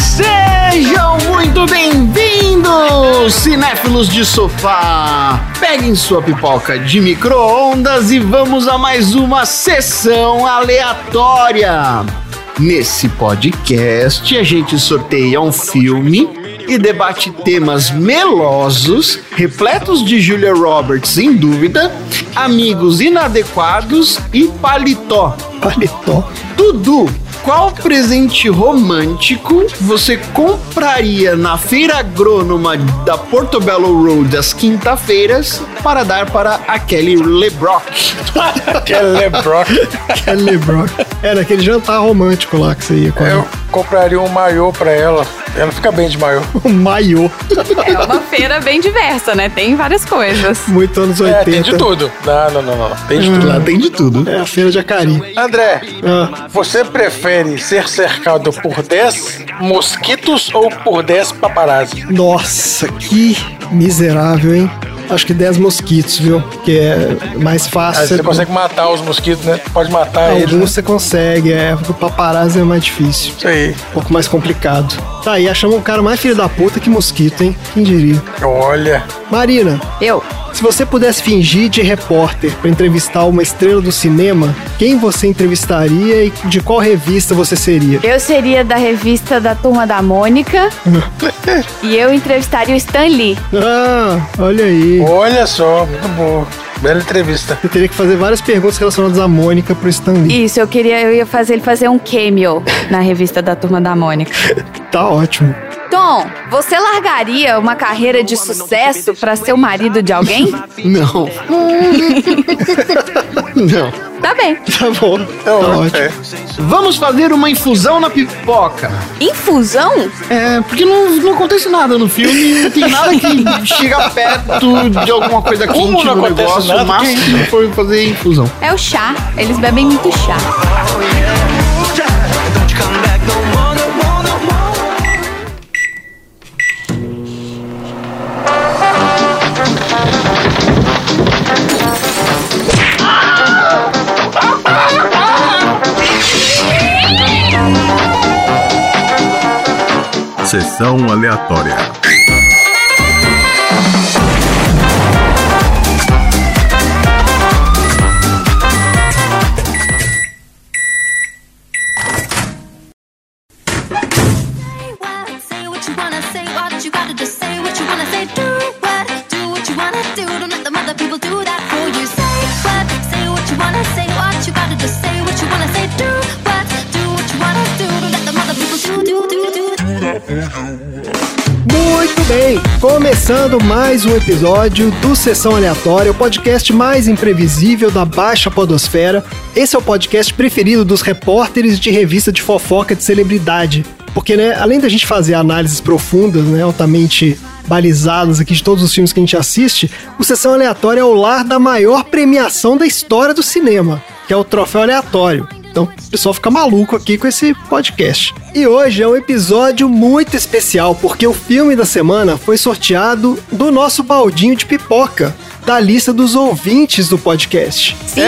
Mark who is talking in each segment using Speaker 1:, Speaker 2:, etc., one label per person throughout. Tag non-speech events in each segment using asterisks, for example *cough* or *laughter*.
Speaker 1: Sejam muito bem-vindos, cinéfilos de sofá! Peguem sua pipoca de micro-ondas e vamos a mais uma sessão aleatória. Nesse podcast, a gente sorteia um filme e debate temas melosos, repletos de Julia Roberts sem dúvida, amigos inadequados e paletó. Paletó? Dudu, qual presente romântico você compraria na feira agrônoma da Portobello Road às quinta-feiras para dar para a Kelly LeBrock?
Speaker 2: Que é Lebrock.
Speaker 3: Kelly Brock. É, Era aquele jantar romântico lá que você ia com
Speaker 2: *laughs* Eu
Speaker 3: ela.
Speaker 2: compraria um maiô pra ela. Ela fica bem de maiô.
Speaker 3: *laughs* o maiô.
Speaker 4: É uma feira bem diversa, né? Tem várias coisas.
Speaker 3: Muito anos
Speaker 2: É,
Speaker 3: 80.
Speaker 2: tem de tudo. Não, não, não, não. não. Tem de
Speaker 3: Hum.
Speaker 2: tudo.
Speaker 1: Lá tem de tudo.
Speaker 3: É a feira de Acari.
Speaker 2: André,
Speaker 3: Ah,
Speaker 2: você prefere ser cercado por 10 mosquitos ou por 10 paparazzi?
Speaker 3: nossa, que miserável, hein? Acho que 10 mosquitos, viu? Que é mais
Speaker 2: Aí
Speaker 3: fácil.
Speaker 2: você consegue matar os mosquitos, né? Pode matar eles. né?
Speaker 3: Alguns você consegue, é. O paparazzi é mais difícil.
Speaker 2: Isso aí.
Speaker 3: Um pouco mais complicado. Tá aí, achamos um cara mais filho da puta que mosquito, hein? Quem diria?
Speaker 2: Olha.
Speaker 3: Marina,
Speaker 4: Eu.
Speaker 3: se você pudesse fingir de repórter pra entrevistar uma estrela do cinema, quem você entrevistaria e de qual revista você seria?
Speaker 4: Eu seria da revista da Turma da Mônica. e eu entrevistaria o Stan Lee.
Speaker 3: Ah, olha aí.
Speaker 2: Olha só, muito boa. Bela entrevista.
Speaker 3: Você teria que fazer várias perguntas relacionadas à Mônica pro Stanley.
Speaker 4: Isso, eu queria, eu ia fazer ele fazer um cameo na revista da Turma da Mônica.
Speaker 3: Tá ótimo. *laughs*
Speaker 4: Tom, você largaria uma carreira de sucesso pra ser o marido de alguém?
Speaker 1: Não. Não.
Speaker 4: Tá bem.
Speaker 3: Tá bom.
Speaker 2: Então,
Speaker 3: tá ótimo.
Speaker 2: é.
Speaker 1: Vamos fazer uma infusão na pipoca.
Speaker 4: Infusão?
Speaker 1: É, porque não, não acontece nada no filme, não tem nada que chega perto de alguma coisa
Speaker 2: Como
Speaker 1: quente
Speaker 2: não
Speaker 1: no
Speaker 2: acontece
Speaker 1: negócio,
Speaker 2: nada?
Speaker 1: o máximo que foi fazer infusão.
Speaker 4: É o chá. Eles bebem muito chá.
Speaker 5: Sessão aleatória.
Speaker 6: Say what you wanna say, why don't you gotta just say what you wanna say? Do what, do what you wanna do. Don't let them other people do that for you. Say what, say what you wanna say, why don't you gotta just say what you wanna say? Do what, do what you wanna do. Don't let them other people do, do, do, do.
Speaker 3: Muito bem, começando mais um episódio do Sessão Aleatória, o podcast mais imprevisível da baixa podosfera. Esse é o podcast preferido dos repórteres de revista de fofoca de celebridade. Porque, né, além da gente fazer análises profundas, né, altamente balizadas aqui de todos os filmes que a gente assiste, o Sessão Aleatória é o lar da maior premiação da história do cinema, que é o Troféu Aleatório. Então o pessoal fica maluco aqui com esse podcast. E hoje é um episódio muito especial, porque o filme da semana foi sorteado do nosso baldinho de pipoca, da lista dos ouvintes do podcast.
Speaker 4: Sim.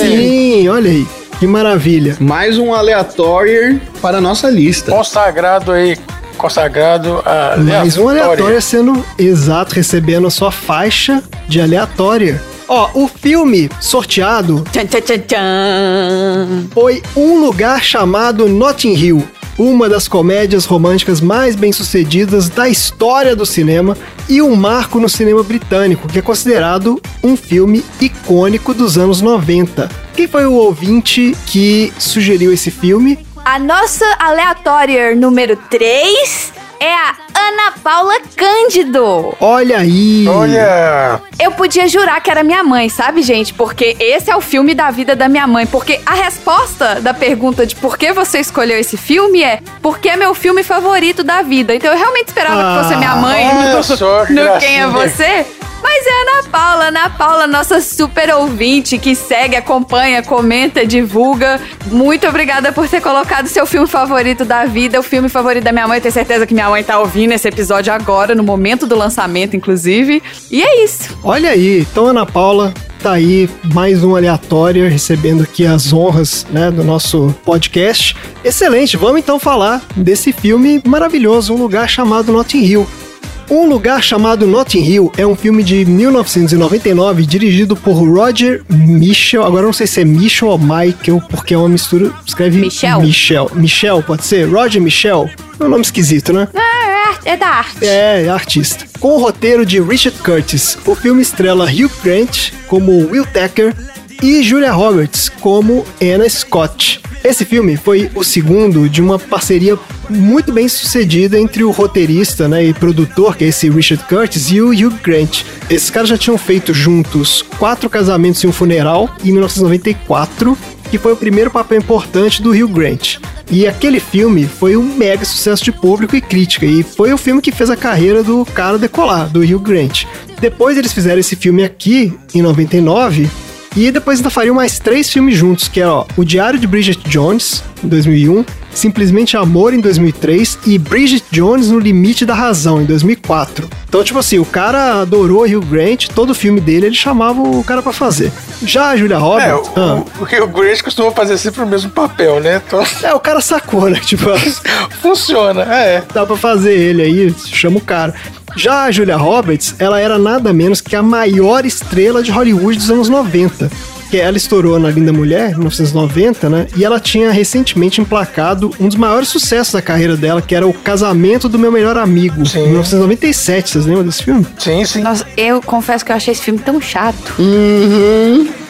Speaker 3: Sim, olha aí, que maravilha.
Speaker 1: Mais um aleatório para a nossa lista.
Speaker 2: Consagrado aí. Consagrado a
Speaker 3: Mais um aleatório sendo exato, recebendo a sua faixa de aleatória. Ó, o filme sorteado
Speaker 4: Tchan, tchan, tchan, tchan.
Speaker 3: foi Um Lugar Chamado Notting Hill, uma das comédias românticas mais bem-sucedidas da história do cinema e um marco no cinema britânico, que é considerado um filme icônico dos anos 90. Quem foi o ouvinte que sugeriu esse filme?
Speaker 4: A nossa aleatória número 3 é a Ana Paula Cândido.
Speaker 3: Olha aí!
Speaker 2: Olha.
Speaker 4: Eu podia jurar que era minha mãe, sabe, gente? Porque esse é o filme da vida da minha mãe. Porque a resposta da pergunta de por que você escolheu esse filme é porque é meu filme favorito da vida. Então eu realmente esperava que fosse minha mãe
Speaker 2: Ah, Olha só que
Speaker 4: no Quem é
Speaker 2: gracinha.
Speaker 4: Você. Mas é a Ana Paula, Ana Paula, nossa super ouvinte que segue, acompanha, comenta, divulga. Muito obrigada por ter colocado seu filme favorito da vida, o filme favorito da minha mãe. Eu Tenho certeza que minha mãe tá ouvindo esse episódio agora, no momento do lançamento, inclusive. E é isso.
Speaker 3: Olha aí! Então, Ana Paula, Tá aí mais um aleatório recebendo aqui as honras, né, do nosso podcast. Excelente. Vamos então falar desse filme maravilhoso, um lugar chamado Notting Hill. Um Lugar Chamado Notting Hill é um filme de 1999 dirigido por Roger Michel. Agora eu não sei se é Michel ou Michael, porque é uma mistura. Escreve
Speaker 4: Michel.
Speaker 3: Michel, Michel, pode ser? Roger Michel? É um nome esquisito, né?
Speaker 4: Ah, é, é da arte.
Speaker 3: É, artista. Com o roteiro de Richard Curtis, o filme estrela Hugh Grant como Will Decker e Julia Roberts como Anna Scott. Esse filme foi o segundo de uma parceria muito bem sucedida entre o roteirista né, e produtor, que é esse Richard Curtis, e o Hugh Grant. Esses caras já tinham feito juntos quatro casamentos e um funeral em 1994 que foi o primeiro papel importante do Hugh Grant. E aquele filme foi um mega sucesso de público e crítica, e foi o filme que fez a carreira do cara decolar, do Hugh Grant. Depois eles fizeram esse filme aqui, em 99, e depois ainda fariam mais três filmes juntos, que é ó, O Diário de Bridget Jones, em 2001, Simplesmente Amor, em 2003, e Bridget Jones no Limite da Razão, em 2004. Então, tipo assim, o cara adorou Hugh Grant, todo filme dele ele chamava o cara pra fazer. Já a Julia
Speaker 2: É, o,
Speaker 3: Roberts... ah.
Speaker 2: o, o Grant costuma fazer sempre o mesmo papel, né? Então, *laughs*
Speaker 3: É, o cara sacou, né? *laughs* Tipo,
Speaker 2: funciona, é.
Speaker 3: dá pra fazer ele aí, chama o cara. Já a Julia Roberts, ela era nada menos que a maior estrela de Hollywood dos anos 90. Que ela estourou na Linda Mulher, em 1990, né? E ela tinha recentemente emplacado um dos maiores sucessos da carreira dela, que era O Casamento do Meu Melhor Amigo,
Speaker 2: Sim.
Speaker 3: em 1997. Vocês lembram desse filme?
Speaker 2: Sim, sim.
Speaker 4: Nossa, eu confesso que eu achei esse filme tão chato.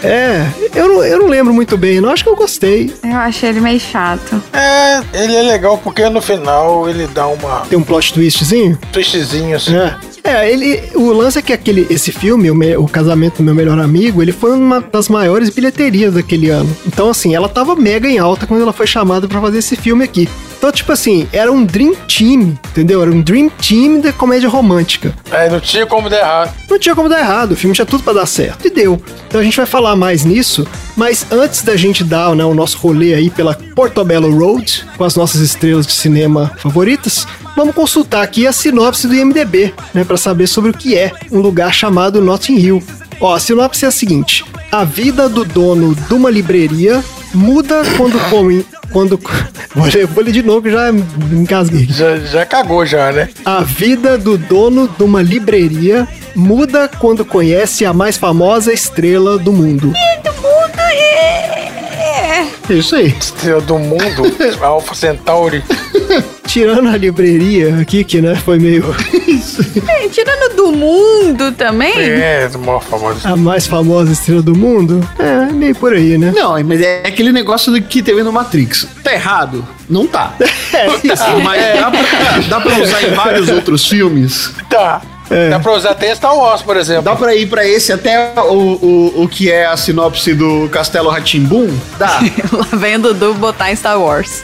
Speaker 3: É, eu não, eu não lembro muito bem, não acho que eu gostei.
Speaker 4: Eu achei ele meio chato.
Speaker 2: É, ele é legal porque no final ele dá uma
Speaker 3: Tem um plot twistzinho?
Speaker 2: twistzinho assim.
Speaker 3: É. É, ele, o lance é que aquele, esse filme, o, Me- O Casamento do Meu Melhor Amigo, ele foi uma das maiores bilheterias daquele ano. Então, assim, ela tava mega em alta quando ela foi chamada pra fazer esse filme aqui. Então, tipo assim, era um dream team, entendeu? Era um dream team da comédia romântica.
Speaker 2: É, não tinha como dar errado.
Speaker 3: Não tinha como dar errado, o filme tinha tudo pra dar certo. E deu. Então a gente vai falar mais nisso, mas antes da gente dar né, o nosso rolê aí pela Portobello Road, com as nossas estrelas de cinema favoritas, vamos consultar aqui a sinopse do IMDB, né, para saber sobre o que é um lugar chamado Notting Hill. Ó, a sinopse é a seguinte: A vida do dono de uma livreria muda quando comem. Quando. *laughs* Vou ler- vou ler de novo que já me engasguei.
Speaker 2: Já, já cagou já, né?
Speaker 3: A vida do dono de uma livreria muda quando conhece a mais famosa estrela do mundo. É Isso aí.
Speaker 2: Estrela do *laughs* mundo, Alpha Centauri.
Speaker 3: Tirando a livreria aqui, que né, foi meio *laughs*
Speaker 4: É, tirando do mundo também.
Speaker 2: É, do maior famoso.
Speaker 3: a mais famosa estrela do mundo, é meio por aí, né?
Speaker 1: Não, mas é aquele negócio do que teve no Matrix. Tá errado? Não *laughs* tá.
Speaker 3: É isso.
Speaker 1: Mas dá pra, dá pra usar em vários outros filmes.
Speaker 2: Tá. Dá pra usar até Star Wars, por exemplo.
Speaker 1: Dá pra ir pra esse até o, o, o que é a sinopse do Castelo Ratimbum? Dá.
Speaker 4: *laughs* Lá vem o Dudu botar em Star Wars.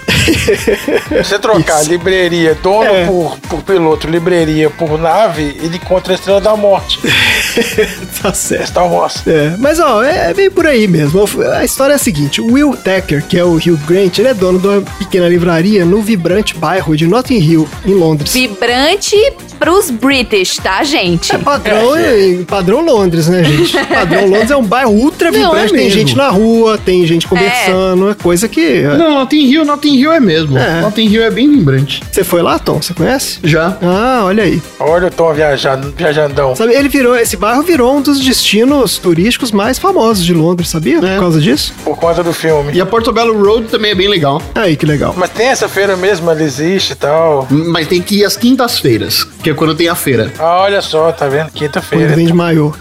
Speaker 2: Você trocar livreria dono
Speaker 3: É.
Speaker 2: por, por piloto, livreria por nave, ele encontra a Estrela da Morte.
Speaker 3: *laughs* Tá certo.
Speaker 2: Star Wars.
Speaker 3: É, mas ó, é, é bem por aí mesmo. A história é a seguinte: o Will Tucker, que é o Hugh Grant, ele é dono de uma pequena livraria no vibrante bairro de Notting Hill, em Londres.
Speaker 4: Vibrante pros British, tá, gente?
Speaker 3: É padrão, é, padrão Londres, né,
Speaker 1: *laughs*
Speaker 3: gente? Padrão Londres é um bairro ultra
Speaker 1: Não, é
Speaker 3: vibrante. tem
Speaker 1: mesmo.
Speaker 3: gente na rua, tem gente conversando, é, coisa que.
Speaker 1: *laughs* Não, Notting Hill, Notting Hill é mesmo.
Speaker 3: É.
Speaker 1: Notting Hill é bem lembrante.
Speaker 3: Você foi lá, Tom? Você conhece?
Speaker 1: Já.
Speaker 3: Ah, olha aí.
Speaker 2: Olha o Tom viajando, viajandão.
Speaker 3: Sabe, ele virou, esse bairro virou um dos destinos turísticos mais famosos de Londres, sabia?
Speaker 1: É.
Speaker 3: Por causa disso?
Speaker 2: Por conta do filme.
Speaker 1: E a Portobello Road também é bem legal.
Speaker 3: Aí, que legal.
Speaker 2: Mas tem essa feira mesmo, ela existe e tal.
Speaker 1: Mas tem que ir às quintas-feiras, que é quando tem a feira.
Speaker 2: Ah, olha só, tá vendo? Quinta-feira.
Speaker 1: É.
Speaker 3: Quando vende maiô.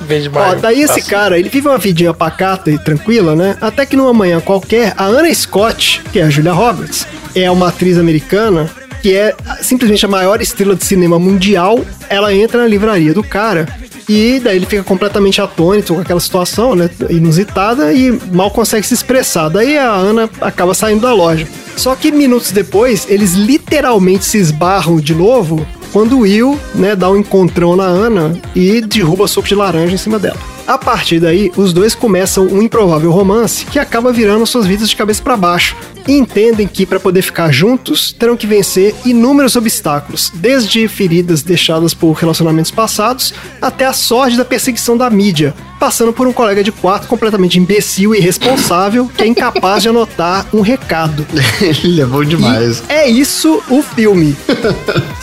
Speaker 2: Vem de
Speaker 3: Ó,
Speaker 2: maio.
Speaker 3: daí esse
Speaker 2: Tá
Speaker 3: cara, ele vive uma vidinha pacata e tranquila, né? Até que numa manhã qualquer, a Anna Scott, que é a Julia Roberts, é uma atriz americana que é simplesmente a maior estrela de cinema mundial. Ela entra na livraria do cara e daí ele fica completamente atônito com aquela situação, né? Inusitada e mal consegue se expressar. Daí a Ana acaba saindo da loja. Só que minutos depois, eles literalmente se esbarram de novo quando o Will, né, dá um encontrão na Ana e derruba suco de laranja em cima dela. A partir daí, os dois começam um improvável romance que acaba virando suas vidas de cabeça para baixo. E entendem que para poder ficar juntos, terão que vencer inúmeros obstáculos, desde feridas deixadas por relacionamentos passados até a sorte da perseguição da mídia, passando por um colega de quarto completamente imbecil e irresponsável, que é incapaz de anotar um recado.
Speaker 1: *laughs* Ele é bom demais.
Speaker 3: É isso o filme.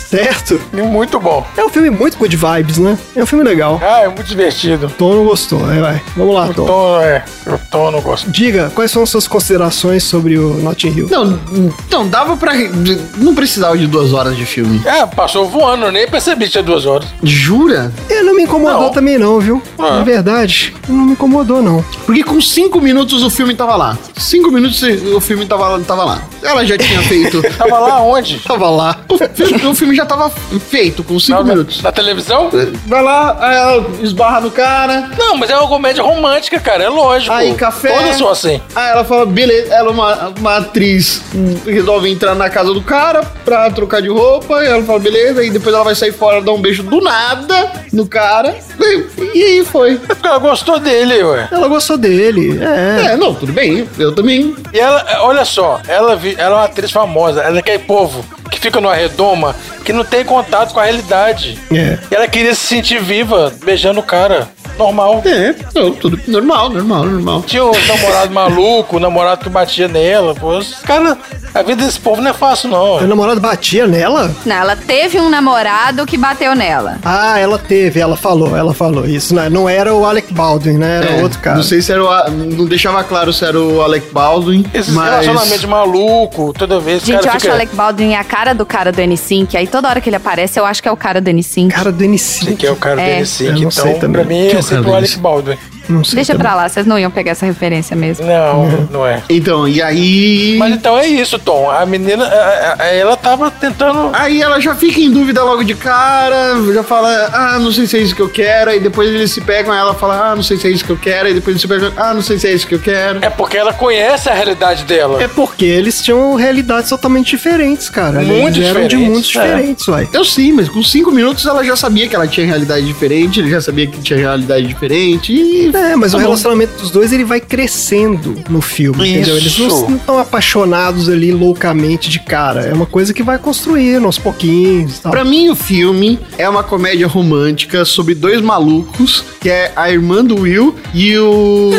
Speaker 3: certo?
Speaker 2: Muito bom.
Speaker 3: É um filme muito good vibes, né? É um filme legal.
Speaker 2: Ah, é muito divertido.
Speaker 3: Tom não gostou, vai, vai. Vamos lá,
Speaker 2: O
Speaker 3: Tom.
Speaker 2: Tom, é. O Tom não gosta.
Speaker 3: Diga, quais são suas considerações sobre o Notting Hill?
Speaker 1: Não, então dava pra. Não precisava de duas horas de filme.
Speaker 2: É, passou voando, eu nem percebi que tinha duas horas.
Speaker 1: Jura?
Speaker 3: Ele não me incomodou
Speaker 2: Não.
Speaker 3: também não, viu?
Speaker 2: Ah.
Speaker 3: Na verdade, não me incomodou não.
Speaker 1: Porque com cinco minutos o filme tava lá. Cinco minutos o filme tava, tava lá. Ela já tinha feito.
Speaker 2: Tava
Speaker 3: *laughs*
Speaker 2: lá onde?
Speaker 1: tava lá. O filme, o filme já tava feito com cinco
Speaker 2: Na, na,
Speaker 1: minutos.
Speaker 2: na televisão?
Speaker 3: É.
Speaker 1: Vai lá, aí ela esbarra no cara.
Speaker 2: Não, mas é uma comédia romântica, cara, é lógico.
Speaker 1: Aí, café.
Speaker 2: Todas são assim.
Speaker 1: Aí ela fala, beleza, ela é uma, uma atriz, hum, resolve entrar na casa do cara pra trocar de roupa, e ela fala, beleza, e depois ela vai sair fora, dá um beijo do nada no cara, e, e aí foi.
Speaker 2: É porque ela gostou dele, ué.
Speaker 3: Ela gostou dele, é.
Speaker 1: É, não, tudo bem, eu também.
Speaker 2: E ela, olha só, ela, vi- ela é uma atriz famosa, ela é aquele povo que fica numa redoma, que não tem contato com a realidade.
Speaker 3: É.
Speaker 2: E ela queria se sentir viva, beijando o cara. Normal.
Speaker 1: É, não, tudo normal, normal, normal.
Speaker 2: Tinha um namorado maluco, um namorado que batia nela. Pô, os cara, a vida desse povo não é fácil, não.
Speaker 3: Meu namorado batia nela?
Speaker 4: Não, ela teve um namorado que bateu nela.
Speaker 3: Ah, ela teve, ela falou, ela falou isso. né? Não era o Alec Baldwin, né? Era
Speaker 1: É,
Speaker 3: outro cara.
Speaker 1: Não sei se era o. A- Não deixava claro se era o Alec Baldwin.
Speaker 2: Esse é
Speaker 1: mas...
Speaker 2: relacionamento de maluco, toda vez que
Speaker 4: Gente, eu
Speaker 2: cara
Speaker 4: acho o
Speaker 2: fica...
Speaker 4: Alec Baldwin a cara do cara do N5, aí toda hora que ele aparece, eu acho que é o cara do N5.
Speaker 3: Cara do
Speaker 2: Esse
Speaker 3: N5.
Speaker 2: aqui é o cara
Speaker 4: É.
Speaker 2: dele, sim.
Speaker 3: Eu não
Speaker 2: Então,
Speaker 3: sei também.
Speaker 2: pra mim,
Speaker 1: Que
Speaker 2: é
Speaker 1: o cara
Speaker 2: sempre o Alec
Speaker 1: dele?
Speaker 2: Baldwin.
Speaker 3: Não sei
Speaker 4: Deixa
Speaker 3: também.
Speaker 4: pra lá, vocês não iam pegar essa referência mesmo.
Speaker 2: Não, não é.
Speaker 1: Então, e aí.
Speaker 2: Mas então é isso, Tom. A menina, a- a- ela tava tentando
Speaker 1: Aí ela já fica em dúvida logo de cara, já fala, ah, não sei se é isso que eu quero. Aí depois eles se pegam, aí ela fala, ah, não sei se é isso que eu quero. Aí depois eles se pegam, ah, não sei se é isso que eu quero.
Speaker 2: É porque ela conhece a realidade dela.
Speaker 3: É porque eles tinham realidades totalmente diferentes, cara.
Speaker 2: Muito
Speaker 3: eles eram de
Speaker 2: diferentes,
Speaker 3: mundos
Speaker 2: é.
Speaker 3: diferentes, uai.
Speaker 1: Eu sim, mas com cinco minutos ela já sabia que ela tinha realidade diferente, ele já sabia que tinha realidade diferente. E...
Speaker 3: É, mas
Speaker 1: Tá
Speaker 3: o
Speaker 1: bom.
Speaker 3: relacionamento dos dois ele vai crescendo no filme, entendeu? Eles
Speaker 2: Isso.
Speaker 3: não estão apaixonados ali loucamente de cara. É uma coisa que vai construindo aos pouquinhos. e Tal.
Speaker 1: Pra mim, o filme é uma comédia romântica sobre dois malucos, que é a irmã do Will e
Speaker 3: *laughs*
Speaker 1: o.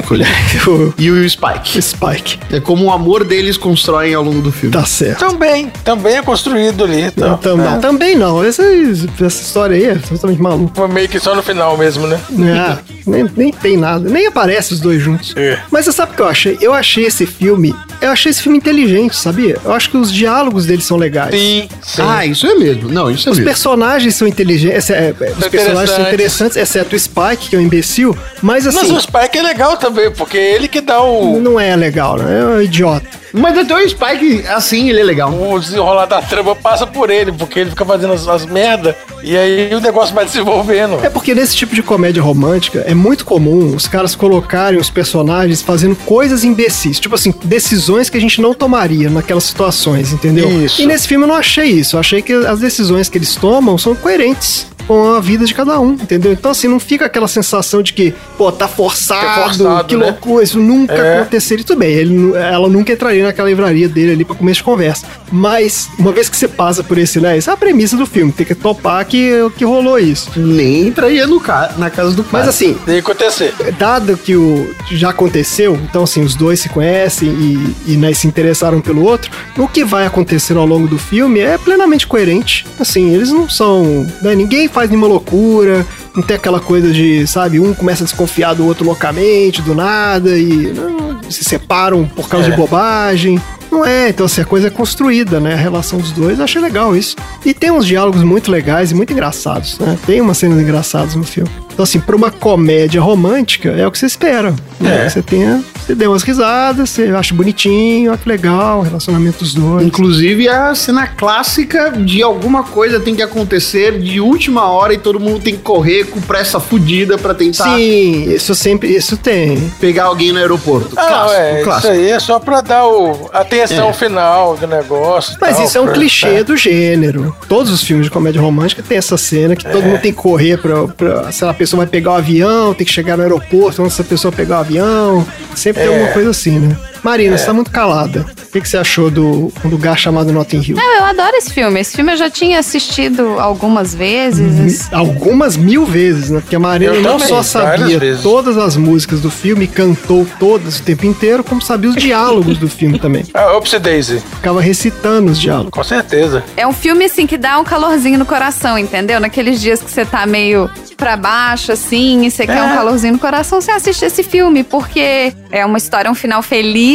Speaker 3: *laughs* O
Speaker 1: e o Spike.
Speaker 3: Spike.
Speaker 1: É como o amor deles constroem ao longo do filme.
Speaker 3: Tá certo.
Speaker 2: Também, também é construído ali. Então,
Speaker 3: Não, também,
Speaker 2: É.
Speaker 3: também não. Essa, essa história aí é totalmente maluca.
Speaker 2: Foi meio que só no final mesmo, né?
Speaker 3: Ah, nem, nem tem nada. Nem aparece os dois juntos.
Speaker 2: É.
Speaker 3: Mas você sabe o que eu achei? Eu achei esse filme. Eu achei esse filme inteligente, sabia? Eu acho que os diálogos deles são legais.
Speaker 2: Sim, sim.
Speaker 1: Ah, isso é mesmo. Não, isso é
Speaker 3: Os
Speaker 1: mesmo.
Speaker 3: personagens são inteligentes, é, é, os personagens são interessantes, exceto o Spike, que é um imbecil, mas
Speaker 2: Mas
Speaker 3: assim,
Speaker 2: o Spike é legal também, porque é ele que dá o,
Speaker 3: não é legal, né? É um idiota.
Speaker 1: Mas até o Spike, assim, ele é legal.
Speaker 2: o desenrolar da trama passa por ele, porque ele fica fazendo as, as merda e aí o negócio vai desenvolvendo.
Speaker 3: É porque nesse tipo de comédia romântica é muito comum os caras colocarem os personagens fazendo coisas imbecis, tipo assim, decisões que a gente não tomaria naquelas situações, entendeu?
Speaker 2: Isso.
Speaker 3: E nesse filme eu não achei isso, eu achei que as decisões que eles tomam são coerentes com a vida de cada um, entendeu? Então assim, não fica aquela sensação de que, pô, tá forçado,
Speaker 2: É forçado,
Speaker 3: que
Speaker 2: né?
Speaker 3: loucura, isso nunca
Speaker 2: É.
Speaker 3: aconteceria. E Tudo bem, ele nu- ela nunca entraria naquela livraria dele ali pra começo de conversa. Mas, uma vez que você passa por esse, né, essa é a premissa do filme, tem que topar que, que rolou isso.
Speaker 1: Nem entraria no ca na casa do
Speaker 3: Mas
Speaker 1: cara.
Speaker 3: assim,
Speaker 2: Tem que acontecer.
Speaker 3: dado que o já aconteceu, então assim, os dois se conhecem e, e né, se interessaram pelo outro, o que vai acontecendo ao longo do filme é plenamente coerente. Assim, eles não são. né, ninguém faz nenhuma loucura, não tem aquela coisa de, sabe, um começa a desconfiar do outro loucamente, do nada, e não, se separam por causa de bobagem. Não é, então assim, a coisa é construída, né? A relação dos dois, eu achei legal isso. E tem uns diálogos muito legais e muito engraçados, né? Tem umas cenas engraçadas no filme. Então, assim, pra uma comédia romântica, é o que você espera. né?
Speaker 2: É.
Speaker 3: Você tenha. Você deu umas risadas, você acha bonitinho, olha que legal, o relacionamento dos dois.
Speaker 1: Inclusive a cena clássica de alguma coisa tem que acontecer de última hora e todo mundo tem que correr com pressa fudida pra tentar
Speaker 3: Sim, isso sempre. Isso tem.
Speaker 1: pegar alguém no aeroporto.
Speaker 2: Ah,
Speaker 1: clássico,
Speaker 2: é, isso
Speaker 1: clássico.
Speaker 2: aí é só pra dar o, a atenção final do negócio. e
Speaker 3: É. Mas
Speaker 2: tal,
Speaker 3: isso é um
Speaker 2: pra-
Speaker 3: clichê do gênero. Todos os filmes de comédia romântica tem essa cena que
Speaker 2: É.
Speaker 3: todo mundo tem que correr pra, pra. Sei lá, a pessoa vai pegar o avião, tem que chegar no
Speaker 2: É.
Speaker 3: aeroporto antes da pessoa pegar o avião. Sempre tem alguma coisa assim, né? Marina, você tá muito calada. que, que você achou do um lugar chamado Notting Hill?
Speaker 4: Não, É, eu adoro esse filme. Esse filme eu já tinha assistido algumas vezes.
Speaker 3: Algumas mil vezes, né? Porque a Marina
Speaker 2: Eu
Speaker 3: não
Speaker 2: também,
Speaker 3: só
Speaker 2: várias
Speaker 3: sabia
Speaker 2: vezes.
Speaker 3: todas as músicas do filme, cantou todas o tempo inteiro, como sabia os diálogos do filme também.
Speaker 2: Ah, Ops Daisy,
Speaker 3: Ficava recitando os diálogos.
Speaker 2: com certeza.
Speaker 4: É um filme, assim, que dá um calorzinho no coração, entendeu? Naqueles dias que você tá meio pra baixo, assim, e você quer
Speaker 1: É.
Speaker 4: um calorzinho no coração, você assiste esse filme, porque é uma história, um final feliz.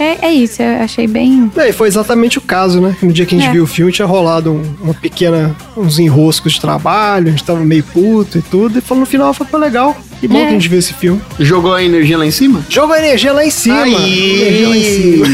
Speaker 4: É, é isso, eu achei bem.
Speaker 3: É, E foi exatamente o caso, né? No dia que a gente
Speaker 4: É.
Speaker 3: viu o filme, tinha rolado um- uma pequena, uns enroscos de trabalho, a gente tava meio puto e tudo, e falou, no final foi pô, legal. Que bom
Speaker 4: É.
Speaker 3: que a gente viu esse filme.
Speaker 1: Jogou a energia lá em cima?
Speaker 3: Jogou energia lá em cima. Energia lá em cima.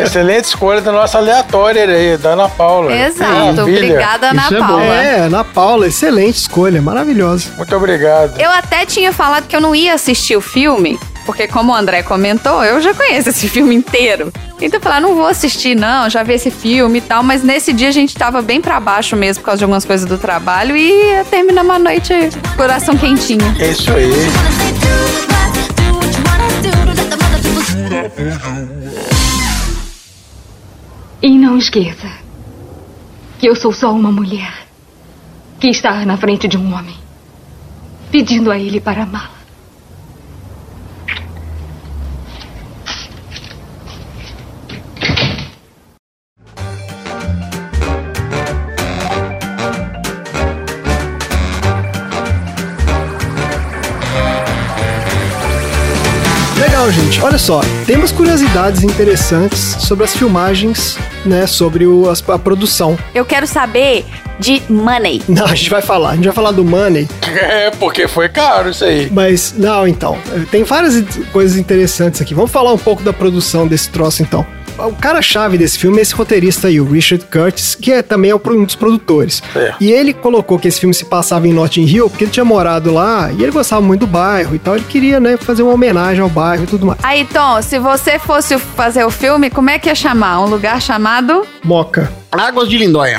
Speaker 2: Excelente escolha da nossa aleatória aí, da Ana Paula.
Speaker 4: Exato.
Speaker 2: Maravilha.
Speaker 4: Obrigada, Ana
Speaker 1: Isso é bom.
Speaker 4: Paula.
Speaker 3: É, Ana Paula, excelente escolha, maravilhosa.
Speaker 2: Muito obrigado.
Speaker 4: Eu até tinha falado que eu não ia assistir o filme, porque como o André comentou, eu já conheço esse *laughs* filme inteiro. Então eu falei, ah, não vou assistir não, já vi esse filme e tal, mas nesse dia a gente tava bem pra baixo mesmo por causa de algumas coisas do trabalho e terminamos a noite coração quentinho.
Speaker 2: É isso aí.
Speaker 5: E não esqueça que eu sou só uma mulher que está na frente de um homem, pedindo a ele para amá-la.
Speaker 3: Legal, gente. Olha só, temos curiosidades interessantes sobre as filmagens, né? Sobre o- as- a produção. *laughs*
Speaker 4: Eu quero saber de Money.
Speaker 3: Não, a gente vai falar. A gente vai falar do Money,
Speaker 2: *laughs* É, porque foi caro isso aí.
Speaker 3: mas não, então. Tem várias in- coisas interessantes aqui. Vamos falar um pouco da produção desse troço, então. O cara-chave desse filme é esse roteirista aí, o Richard Curtis, que é também é o pro- um dos produtores.
Speaker 2: É.
Speaker 3: E ele colocou que esse filme se passava em Notting Hill porque ele tinha morado lá e ele gostava muito do bairro e tal. Ele queria, né, fazer uma homenagem ao bairro e tudo mais.
Speaker 4: Aí, Tom, se você fosse fazer o filme, como é que ia chamar? Um lugar chamado.
Speaker 2: *laughs*
Speaker 3: Moca.
Speaker 1: Águas de Lindóia.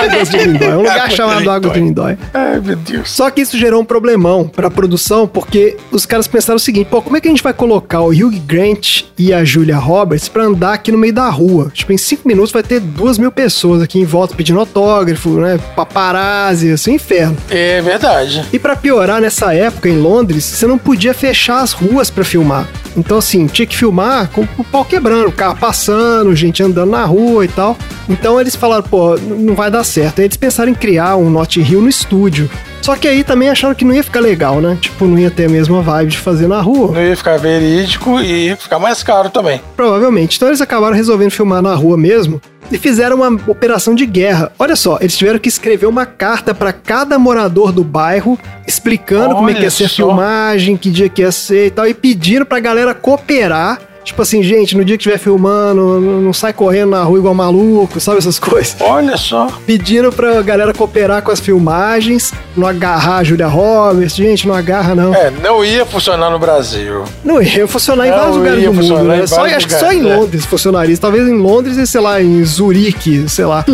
Speaker 3: Águas de Lindóia. É um lugar
Speaker 2: Águas de
Speaker 3: chamado Águas de Lindóia.
Speaker 2: Ai, meu Deus.
Speaker 3: Só que isso gerou um problemão pra produção, porque os caras pensaram o seguinte: pô, como é que a gente vai colocar o Hugh Grant e a Julia Roberts pra andar aqui no meio da rua? Tipo, em cinco minutos vai ter duas mil pessoas aqui em volta pedindo autógrafo, né? Paparazzi, assim, inferno.
Speaker 2: É verdade.
Speaker 3: E pra piorar, nessa época em Londres, você não podia fechar as ruas pra filmar. Então, assim, tinha que filmar com o pau quebrando, o carro passando, gente andando na rua e tal. Então eles falaram, pô, n- não vai dar certo. Aí eles pensaram em criar um Notting Hill no estúdio. Só que aí também acharam que não ia ficar legal, né? Tipo, não ia ter a mesma vibe de fazer na rua.
Speaker 2: Não ia ficar verídico e ia ficar mais caro também.
Speaker 3: Provavelmente. Então eles acabaram resolvendo filmar na rua mesmo e fizeram uma operação de guerra. Olha só, eles tiveram que escrever uma carta pra cada morador do bairro explicando como é que ia
Speaker 2: Olha
Speaker 3: ser a
Speaker 2: só.
Speaker 3: filmagem, que dia que ia ser e tal, e pediram pra galera cooperar. Tipo assim, gente, no dia que estiver filmando, não não sai correndo na rua igual maluco, sabe essas *laughs* coisas?
Speaker 2: Olha só.
Speaker 3: Pediram pra galera cooperar com as filmagens, não agarrar a Julia Roberts, gente, não agarra não.
Speaker 2: É, não ia funcionar no Brasil.
Speaker 3: Não ia funcionar em
Speaker 2: Não
Speaker 3: vários lugares
Speaker 2: ia
Speaker 3: do mundo,
Speaker 2: funcionar
Speaker 3: né?
Speaker 2: em
Speaker 3: Só,
Speaker 2: vários
Speaker 3: acho que só em
Speaker 2: lugares, é.
Speaker 3: Londres funcionaria. Talvez em Londres e, sei lá, em Zurique, sei
Speaker 2: *laughs*
Speaker 3: lá.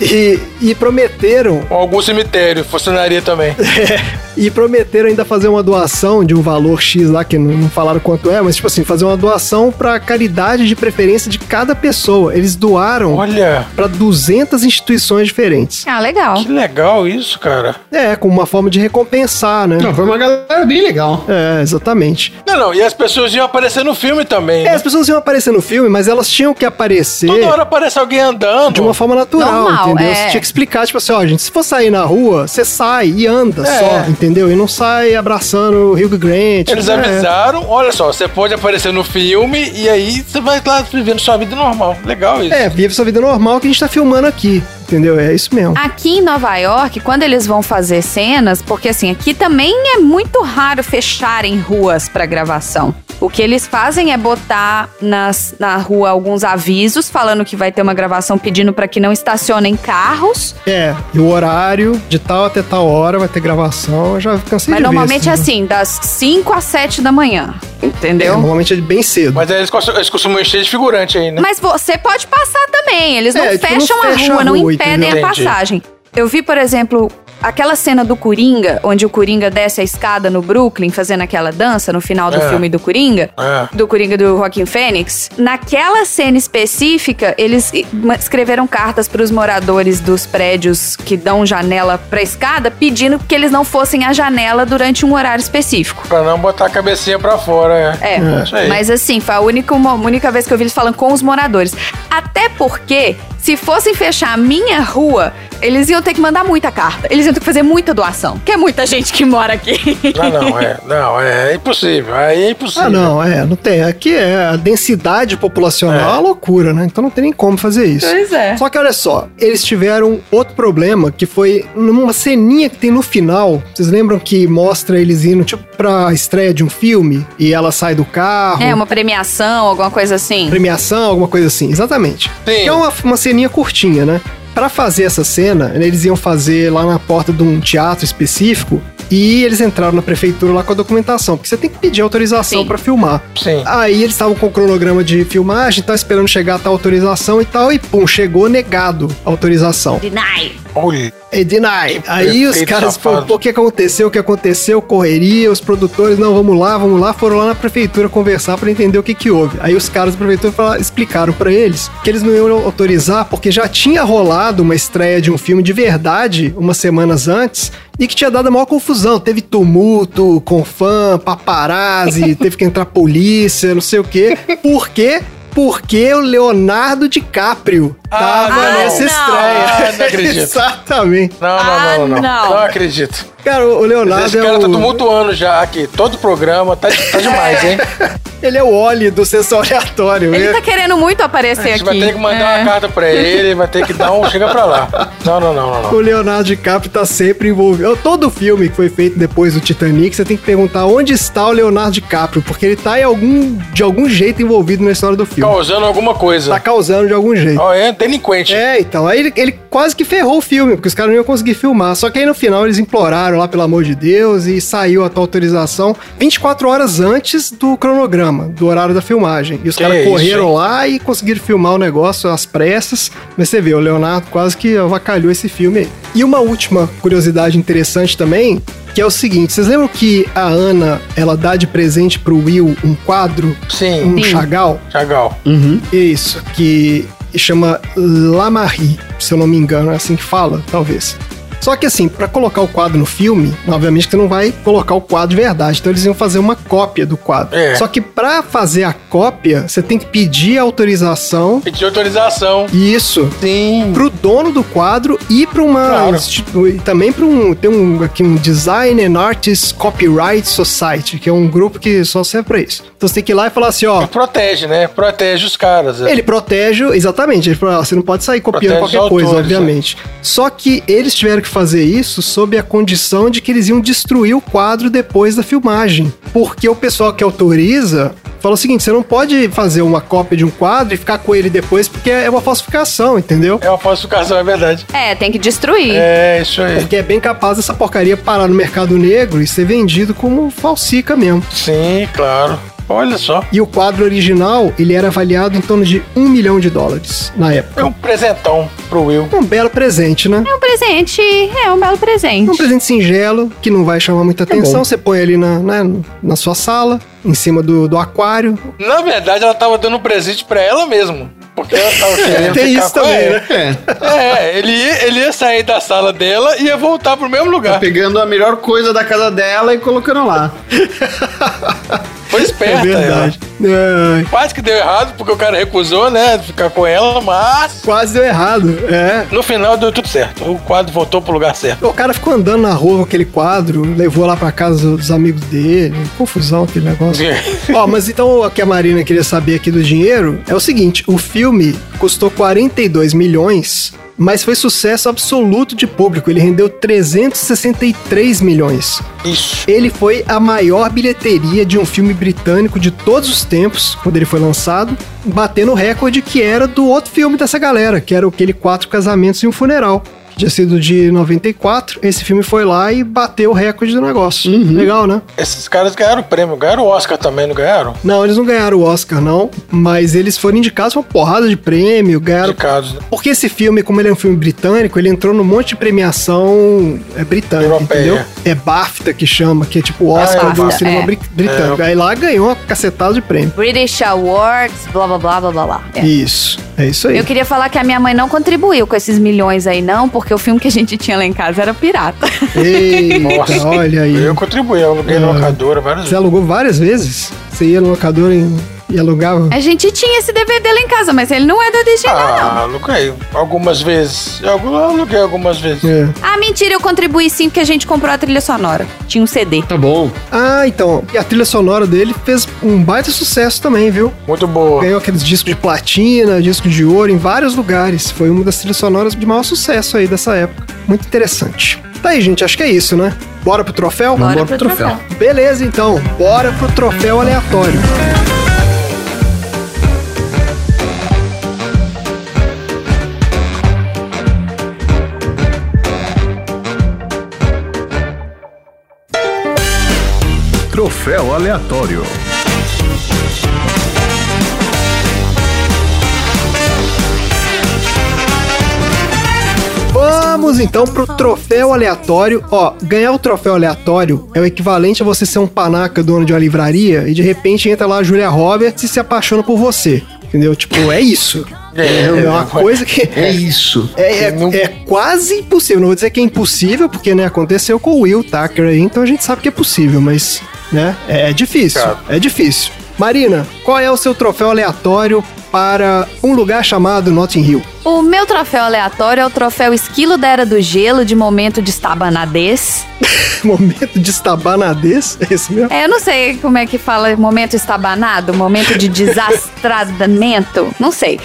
Speaker 3: e, e prometeram.
Speaker 2: Com Um algum cemitério funcionaria também.
Speaker 3: E prometeram ainda fazer uma doação de um valor X lá, que não, não falaram quanto é, mas tipo assim, fazer uma doação pra caridade de preferência de cada pessoa. Eles doaram
Speaker 2: *laughs* Olha,
Speaker 3: pra 200 instituições diferentes.
Speaker 4: Ah, legal.
Speaker 2: que legal isso, cara.
Speaker 3: É, com uma forma de recompensar, né?
Speaker 1: Não, foi uma galera bem legal.
Speaker 3: É, exatamente.
Speaker 2: Não, não, e as pessoas iam aparecer no filme também.
Speaker 3: É,
Speaker 2: né?
Speaker 3: as pessoas iam aparecer no filme, mas elas tinham que aparecer.
Speaker 2: Toda hora aparece alguém andando.
Speaker 3: De uma forma natural,
Speaker 4: Normal,
Speaker 3: entendeu?
Speaker 4: é.
Speaker 3: Você tinha que explicar, tipo assim, ó, gente, se for sair na rua, você sai e anda
Speaker 2: É.
Speaker 3: só, entendeu? E não sai abraçando o Hugh Grant.
Speaker 2: Eles
Speaker 3: É.
Speaker 2: avisaram, olha só, você pode aparecer no filme e aí você vai lá vivendo sua vida normal. Legal isso.
Speaker 3: É, vive sua vida normal que a gente tá filmando aqui, entendeu? É isso mesmo.
Speaker 4: Aqui em Nova York, quando eles vão fazer cenas, porque assim, aqui também é muito raro fecharem ruas pra gravação. O que eles fazem é botar nas, na rua alguns avisos falando que vai ter uma gravação pedindo pra que não estacionem carros.
Speaker 3: É, e o horário, de tal até tal hora, vai ter gravação, eu já cansei
Speaker 4: mas
Speaker 3: de ver
Speaker 4: normalmente
Speaker 3: isso,
Speaker 4: é
Speaker 3: né?
Speaker 4: assim, das 5 às 7 da manhã.
Speaker 3: É,
Speaker 4: Entendeu?
Speaker 3: normalmente é bem cedo.
Speaker 2: Mas aí eles costumam, eles costumam encher de figurante aí, né?
Speaker 4: Mas você pode passar também. Eles não
Speaker 3: É, tipo, não
Speaker 4: fecham a
Speaker 3: fecha
Speaker 4: rua,
Speaker 3: a
Speaker 4: não
Speaker 3: rua,
Speaker 4: impedem
Speaker 2: entendeu?
Speaker 4: a
Speaker 2: Entendi.
Speaker 4: passagem. Eu vi, por exemplo, Aquela cena do Coringa, onde o Coringa desce a escada no Brooklyn fazendo aquela dança no final do
Speaker 2: É.
Speaker 4: filme do Coringa,
Speaker 2: É.
Speaker 4: do Coringa do Joaquim Fênix, naquela cena específica, eles i- ma- escreveram cartas para os moradores dos prédios que dão janela pra escada, pedindo que eles não fossem à janela durante um horário específico.
Speaker 2: Pra não botar a cabecinha pra fora, é.
Speaker 4: É,
Speaker 2: Isso aí.
Speaker 4: mas assim, foi a única, uma única vez que eu vi eles falando com os moradores. Até porque, se fossem fechar a minha rua, eles iam ter que mandar muita carta. Eles iam ter que fazer muita doação. Que é muita gente que mora aqui.
Speaker 2: Não, não, é. Não, é, impossível. Aí é impossível.
Speaker 3: Ah, não, é, não tem. Aqui é a densidade populacional é uma loucura, né? Então não tem nem como fazer isso.
Speaker 4: *laughs* Pois é.
Speaker 3: Só que olha só, eles tiveram outro problema que foi numa ceninha que tem no final. Vocês lembram que mostra eles indo tipo pra estreia de um filme e ela sai do carro?
Speaker 4: É, uma premiação, alguma coisa assim.
Speaker 3: Premiação, alguma coisa assim, exatamente.
Speaker 2: Sim.
Speaker 3: Que é uma, uma ceninha curtinha, né? Pra fazer essa cena, eles iam fazer lá na porta de um teatro específico e eles entraram na prefeitura lá com a documentação, porque você tem que pedir autorização
Speaker 4: Sim.
Speaker 3: pra filmar.
Speaker 2: Sim.
Speaker 3: Aí eles estavam com o cronograma de filmagem, estavam esperando chegar a tal autorização e tal, e pum, chegou negado a autorização.
Speaker 4: Deny.
Speaker 2: Ui.
Speaker 3: E deny. Aí os
Speaker 2: Perfeito,
Speaker 3: caras falaram,
Speaker 2: safado.
Speaker 3: pô, o que aconteceu, o que aconteceu, correria, os produtores, não, vamos lá, vamos lá, foram lá na prefeitura conversar pra entender o que que houve. Aí os caras da prefeitura falaram- explicaram pra eles que eles não iam autorizar porque já tinha rolado uma estreia de um filme de verdade umas semanas antes e que tinha dado a maior confusão, teve tumulto com fã,
Speaker 2: *laughs*
Speaker 3: paparazzi, teve que entrar polícia, não sei o quê. Por quê? Porque o Leonardo DiCaprio
Speaker 2: Ah,
Speaker 3: tava
Speaker 4: não.
Speaker 3: nessa
Speaker 4: Ah,
Speaker 3: estreia. *laughs*
Speaker 2: não. Ah, não acredito.
Speaker 3: Exatamente.
Speaker 2: Não, não,
Speaker 4: Ah,
Speaker 2: não, não, não.
Speaker 4: não.
Speaker 2: Não acredito.
Speaker 3: Cara, o Leonardo
Speaker 2: Esse
Speaker 3: é
Speaker 2: cara
Speaker 3: o...
Speaker 2: tá tumultuando já aqui. Todo programa. Tá, tá demais,
Speaker 4: *laughs*
Speaker 2: hein?
Speaker 3: Ele é o Oli do Sessão Aleatório.
Speaker 4: Ele
Speaker 3: Ele-
Speaker 4: tá querendo muito
Speaker 2: A
Speaker 4: aparecer
Speaker 2: gente vai
Speaker 4: aqui.
Speaker 2: ter que mandar
Speaker 4: É.
Speaker 2: uma carta pra ele, vai ter que dar um. Chega pra lá. Não, não, não, não, não.
Speaker 3: O Leonardo DiCaprio tá sempre envolvido. Todo filme que foi feito depois do Titanic, você tem que perguntar onde está o Leonardo DiCaprio, porque ele tá em algum, de algum jeito envolvido na história do filme.
Speaker 2: Causando alguma coisa.
Speaker 3: Tá causando de algum jeito.
Speaker 2: Ó, é delinquente.
Speaker 3: É, então, aí ele, ele quase que ferrou o filme, porque os caras não iam conseguir filmar. Só que aí no final eles imploraram lá, pelo amor de Deus, e saiu a tua autorização 24 horas antes do cronograma, do horário da filmagem. E os
Speaker 2: Que
Speaker 3: caras
Speaker 2: isso,
Speaker 3: correram lá e conseguiram filmar o negócio às pressas. Mas você vê, o Leonardo quase que avacalhou esse filme aí. E uma última curiosidade interessante também, que é o seguinte, vocês lembram que a Ana, ela dá de presente pro Will um quadro,
Speaker 2: Sim.
Speaker 3: um chagal?
Speaker 2: Chagal.
Speaker 1: Uhum.
Speaker 3: Isso, que chama Lamarie, se eu não me engano, é assim que fala, talvez. Só que assim, pra colocar o quadro no filme, obviamente que não vai colocar o quadro de verdade, então eles iam fazer uma cópia do quadro.
Speaker 2: É.
Speaker 3: Só que pra fazer a cópia, você tem que pedir autorização,
Speaker 2: Pediu autorização.
Speaker 3: isso,
Speaker 2: Sim.
Speaker 3: pro dono do quadro e pra uma
Speaker 2: Claro.
Speaker 3: institu- e também para um tem um aqui um Design and Artists Copyright Society, que é um grupo que só serve pra isso. Então você tem que ir lá e falar assim, ó,
Speaker 2: Protege, né? Protege os caras. é.
Speaker 3: ele protege, exatamente. Ele fala, "Ah, você não pode sair copiando qualquer
Speaker 2: Protege os autores, é.
Speaker 3: coisa, obviamente. Só que eles tiveram que fazer isso sob a condição de que eles iam destruir o quadro depois da filmagem. Porque o pessoal que autoriza fala o seguinte: você não pode fazer uma cópia de um quadro e ficar com ele depois, porque é uma falsificação, entendeu?
Speaker 2: É uma falsificação, é verdade.
Speaker 4: É, tem que destruir.
Speaker 2: É, isso aí.
Speaker 3: Porque é bem capaz dessa porcaria parar no mercado negro e ser vendido como falsica mesmo.
Speaker 2: Sim, claro. Olha só.
Speaker 3: E o quadro original, ele era avaliado em torno de um milhão de dólares na época.
Speaker 2: É um presentão pro Will.
Speaker 3: Um belo presente, né?
Speaker 4: É um presente, é um belo presente.
Speaker 3: É um presente singelo, que não vai chamar muita atenção.
Speaker 1: bom.
Speaker 3: Você põe ali na, né, na sua sala, em cima do, do aquário.
Speaker 2: Na verdade, ela tava dando um presente pra ela mesma. Porque ela
Speaker 3: *laughs*
Speaker 2: tava querendo
Speaker 3: É, Tem isso
Speaker 2: ficar É, com
Speaker 3: também,
Speaker 2: ele.
Speaker 3: né?
Speaker 1: É,
Speaker 2: É, ele ia, ele ia sair da sala dela e ia voltar pro mesmo lugar.
Speaker 1: tá
Speaker 3: É
Speaker 1: pegando a melhor coisa da casa dela e colocando lá.
Speaker 2: Foi esperta. ela.
Speaker 3: É,
Speaker 2: Quase que deu errado, porque o cara recusou, né? Ficar com ela, mas.
Speaker 3: quase deu errado. É.
Speaker 2: No final deu tudo certo. O quadro voltou pro lugar certo.
Speaker 3: *laughs* O cara ficou andando na rua com aquele quadro, levou lá pra casa dos amigos dele. Confusão aquele
Speaker 2: *laughs*
Speaker 3: negócio. Ó, mas então o que a Marina queria saber aqui do dinheiro é o seguinte: o filme custou 42 milhões, mas foi sucesso absoluto de público. Ele rendeu 363 milhões.
Speaker 2: Isso.
Speaker 3: Ele foi a maior bilheteria de um filme britânico de todos os tempos, quando ele foi lançado, batendo o recorde que era do outro filme dessa galera, que era aquele Quatro Casamentos e um Funeral, que tinha sido de 94. Esse filme foi lá e bateu o recorde do negócio. Legal, né?
Speaker 2: Esses caras ganharam o prêmio, ganharam o Oscar também, não ganharam?
Speaker 3: Não, eles não ganharam o Oscar, não, mas eles foram indicados pra uma porrada de prêmio, ganharam.
Speaker 2: Indicados, né?
Speaker 3: Porque esse filme, como ele é um filme britânico, ele entrou num monte de premiação é, britânica,
Speaker 2: Europeia.
Speaker 3: entendeu? É BAFTA que chama, que é tipo o Oscar
Speaker 2: Ah, é
Speaker 3: do
Speaker 4: BAFTA,
Speaker 3: cinema
Speaker 4: é.
Speaker 3: bri- britânico. Aí lá ganhou uma cacetada de prêmio.
Speaker 4: British Awards, blá blá blá blá blá blá. É.
Speaker 3: Isso, é isso aí.
Speaker 4: Eu queria falar que a minha mãe não contribuiu com esses milhões aí, não, porque o filme que a gente tinha lá em casa era pirata.
Speaker 3: Eita,
Speaker 2: Nossa.
Speaker 3: olha aí.
Speaker 2: Eu contribuí, eu aluguei na
Speaker 3: É.
Speaker 2: locadora várias
Speaker 3: Você
Speaker 2: vezes.
Speaker 3: alugou várias vezes? Você ia no locador e, e alugava?
Speaker 4: A gente tinha esse DVD lá em casa, mas ele não é do original, não.
Speaker 2: Ah, aluguei algumas vezes. Eu alu- aluguei algumas vezes.
Speaker 3: É.
Speaker 4: Ah, mentira, eu contribuí sim, porque a gente comprou a trilha sonora. Tinha um CD.
Speaker 1: Tá bom.
Speaker 3: Ah, então. E a trilha sonora dele fez um baita sucesso também, viu?
Speaker 2: Muito boa.
Speaker 3: Ganhou aqueles discos de platina, disco de ouro em vários lugares. Foi uma das trilhas sonoras de maior sucesso aí dessa época. Muito interessante. Tá aí, gente. Acho que é isso, né? Bora pro troféu?
Speaker 1: Bora
Speaker 4: pro
Speaker 1: pro troféu.
Speaker 3: Beleza, então. Bora pro troféu aleatório.
Speaker 7: Troféu aleatório.
Speaker 3: Vamos então pro troféu aleatório. Ó, ganhar o troféu aleatório é o equivalente a você ser um panaca dono de uma livraria e de repente entra lá a Julia Roberts e se apaixona por você. Entendeu? Tipo, é isso. É, uma coisa que.
Speaker 1: É isso.
Speaker 3: É, é- é quase impossível. Não vou dizer que é impossível, porque né, aconteceu com o Will Tucker aí, então a gente sabe que é possível, mas né, é, é difícil.
Speaker 2: Claro.
Speaker 3: É difícil. Marina, qual é o seu troféu aleatório para um lugar chamado Notting Hill? *laughs*
Speaker 4: O meu troféu aleatório é o troféu Esquilo da Era do Gelo, de momento de estabanadez.
Speaker 3: Momento de estabanadez? É isso mesmo?
Speaker 4: É, eu não sei como é que fala momento estabanado, momento de desastradamento, não sei.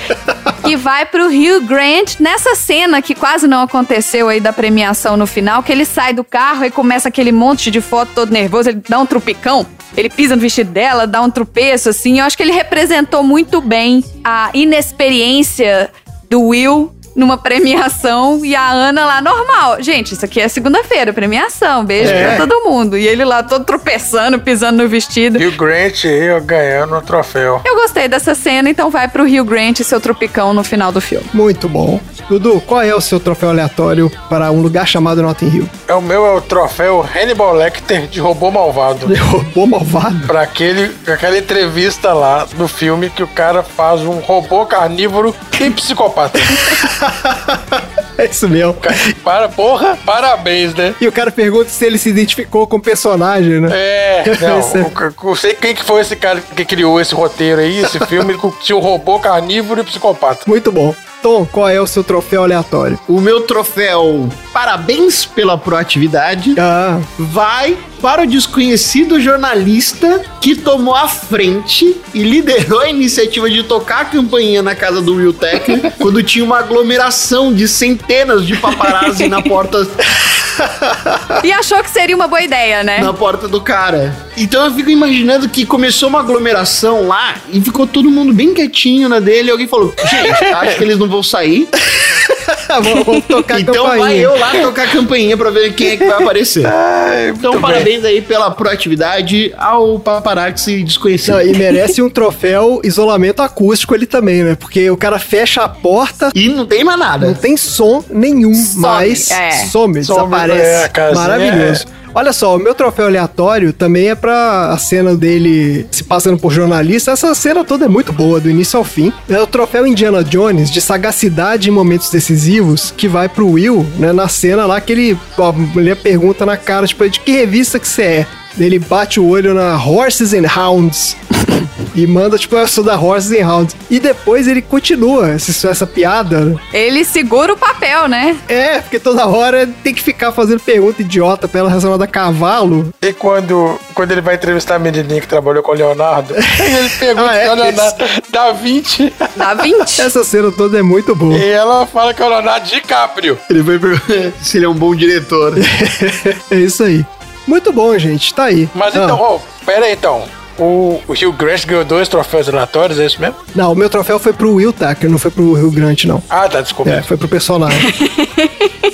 Speaker 4: Que vai pro Rio Grant nessa cena que quase não aconteceu aí da premiação no final, que ele sai do carro e começa aquele monte de foto todo nervoso, ele dá um trupicão, ele pisa no vestido dela, dá um tropeço assim. Eu acho que ele representou muito bem a inexperiência do Will numa premiação e a Ana lá normal. Gente, isso aqui é segunda-feira, premiação. Beijo
Speaker 3: É.
Speaker 4: pra todo mundo. E ele lá todo tropeçando, pisando no vestido.
Speaker 2: E o Grant e eu ganhando o troféu.
Speaker 4: Eu gostei dessa cena, então vai pro Rio Grant e seu tropicão no final do filme.
Speaker 3: Muito bom. Dudu, qual é o seu troféu aleatório para um lugar chamado Notting Hill?
Speaker 2: É o meu é o troféu Hannibal Lecter de robô malvado.
Speaker 3: Robô malvado?
Speaker 2: Pra aquele, pra aquela entrevista lá do filme que o cara faz um robô carnívoro e psicopata.
Speaker 3: É isso mesmo.
Speaker 2: Para, porra, parabéns, né?
Speaker 3: E o cara pergunta se ele se identificou com o personagem, né?
Speaker 2: É,
Speaker 3: Esse-
Speaker 2: não, o- o- não sei quem que foi esse cara que criou esse roteiro aí, esse filme, ele tinha um robô carnívoro e psicopata.
Speaker 3: Muito bom. Tom, qual é o seu troféu aleatório?
Speaker 1: O meu troféu, parabéns pela proatividade,
Speaker 3: Ah,
Speaker 1: vai para o desconhecido jornalista que tomou a frente e liderou a iniciativa de tocar a campainha na casa do Will Tucker *laughs* quando tinha uma aglomeração de centenas de paparazzi na porta
Speaker 4: E achou que seria uma boa ideia, né?
Speaker 1: na porta do cara. Então eu fico imaginando que começou uma aglomeração lá e ficou todo mundo bem quietinho na dele. E alguém falou: Gente, acho que eles não vão sair.
Speaker 3: vamos, vamos Tá tocar
Speaker 1: então
Speaker 3: a
Speaker 1: vai
Speaker 3: campainha.
Speaker 1: eu lá tocar a campainha pra ver quem é que vai aparecer. então parabéns aí pela proatividade ao paparazzi desconhecido.
Speaker 3: Não,
Speaker 1: e...
Speaker 3: e merece um troféu isolamento acústico ele também, né? Porque o cara fecha a porta,
Speaker 1: não tem mais
Speaker 3: não
Speaker 1: nada.
Speaker 3: tem som nenhum,
Speaker 4: Some,
Speaker 3: mas
Speaker 4: é.
Speaker 3: some,
Speaker 2: Some, é,
Speaker 3: desaparece.
Speaker 2: a casinha,
Speaker 3: Maravilhoso. Olha só, o meu troféu aleatório também é pra a cena dele se passando por jornalista. Essa cena toda é muito boa, do início ao fim. É o troféu Indiana Jones de sagacidade em momentos decisivos que vai pro Will, né? Na cena lá que ele, ó, a mulher pergunta na cara, tipo, de que revista que você é? Ele bate o olho na Horses and Hounds. *coughs* E manda, tipo, eu sou da Horses and Hounds. E depois ele continua esse- essa piada, né?
Speaker 4: Ele segura o papel, né?
Speaker 3: É, porque toda hora tem que ficar fazendo pergunta idiota pra ela relacionada a cavalo.
Speaker 2: E quando, quando ele vai entrevistar a menininha que trabalhou com o Leonardo, ele pergunta
Speaker 3: Ah,
Speaker 2: ah,
Speaker 3: é?
Speaker 2: é, o Leonardo dá 20
Speaker 4: Dá
Speaker 3: *laughs*
Speaker 4: 20.
Speaker 3: Essa cena toda é muito
Speaker 2: *laughs*
Speaker 3: boa.
Speaker 2: e ela fala que é o Leonardo DiCaprio.
Speaker 1: Ele vai perguntar se ele é um bom diretor.
Speaker 3: *laughs* é isso aí. Muito bom, gente. Tá aí.
Speaker 2: Mas
Speaker 3: Ah,
Speaker 2: então, ô, pera aí então. O, o Hugh Grant ganhou dois troféus aleatórios, é isso mesmo?
Speaker 3: Não, o meu troféu foi pro Will Tucker, não foi pro Rio Grande, não.
Speaker 2: *laughs* Ah, tá, desculpa.
Speaker 3: É, foi pro personagem.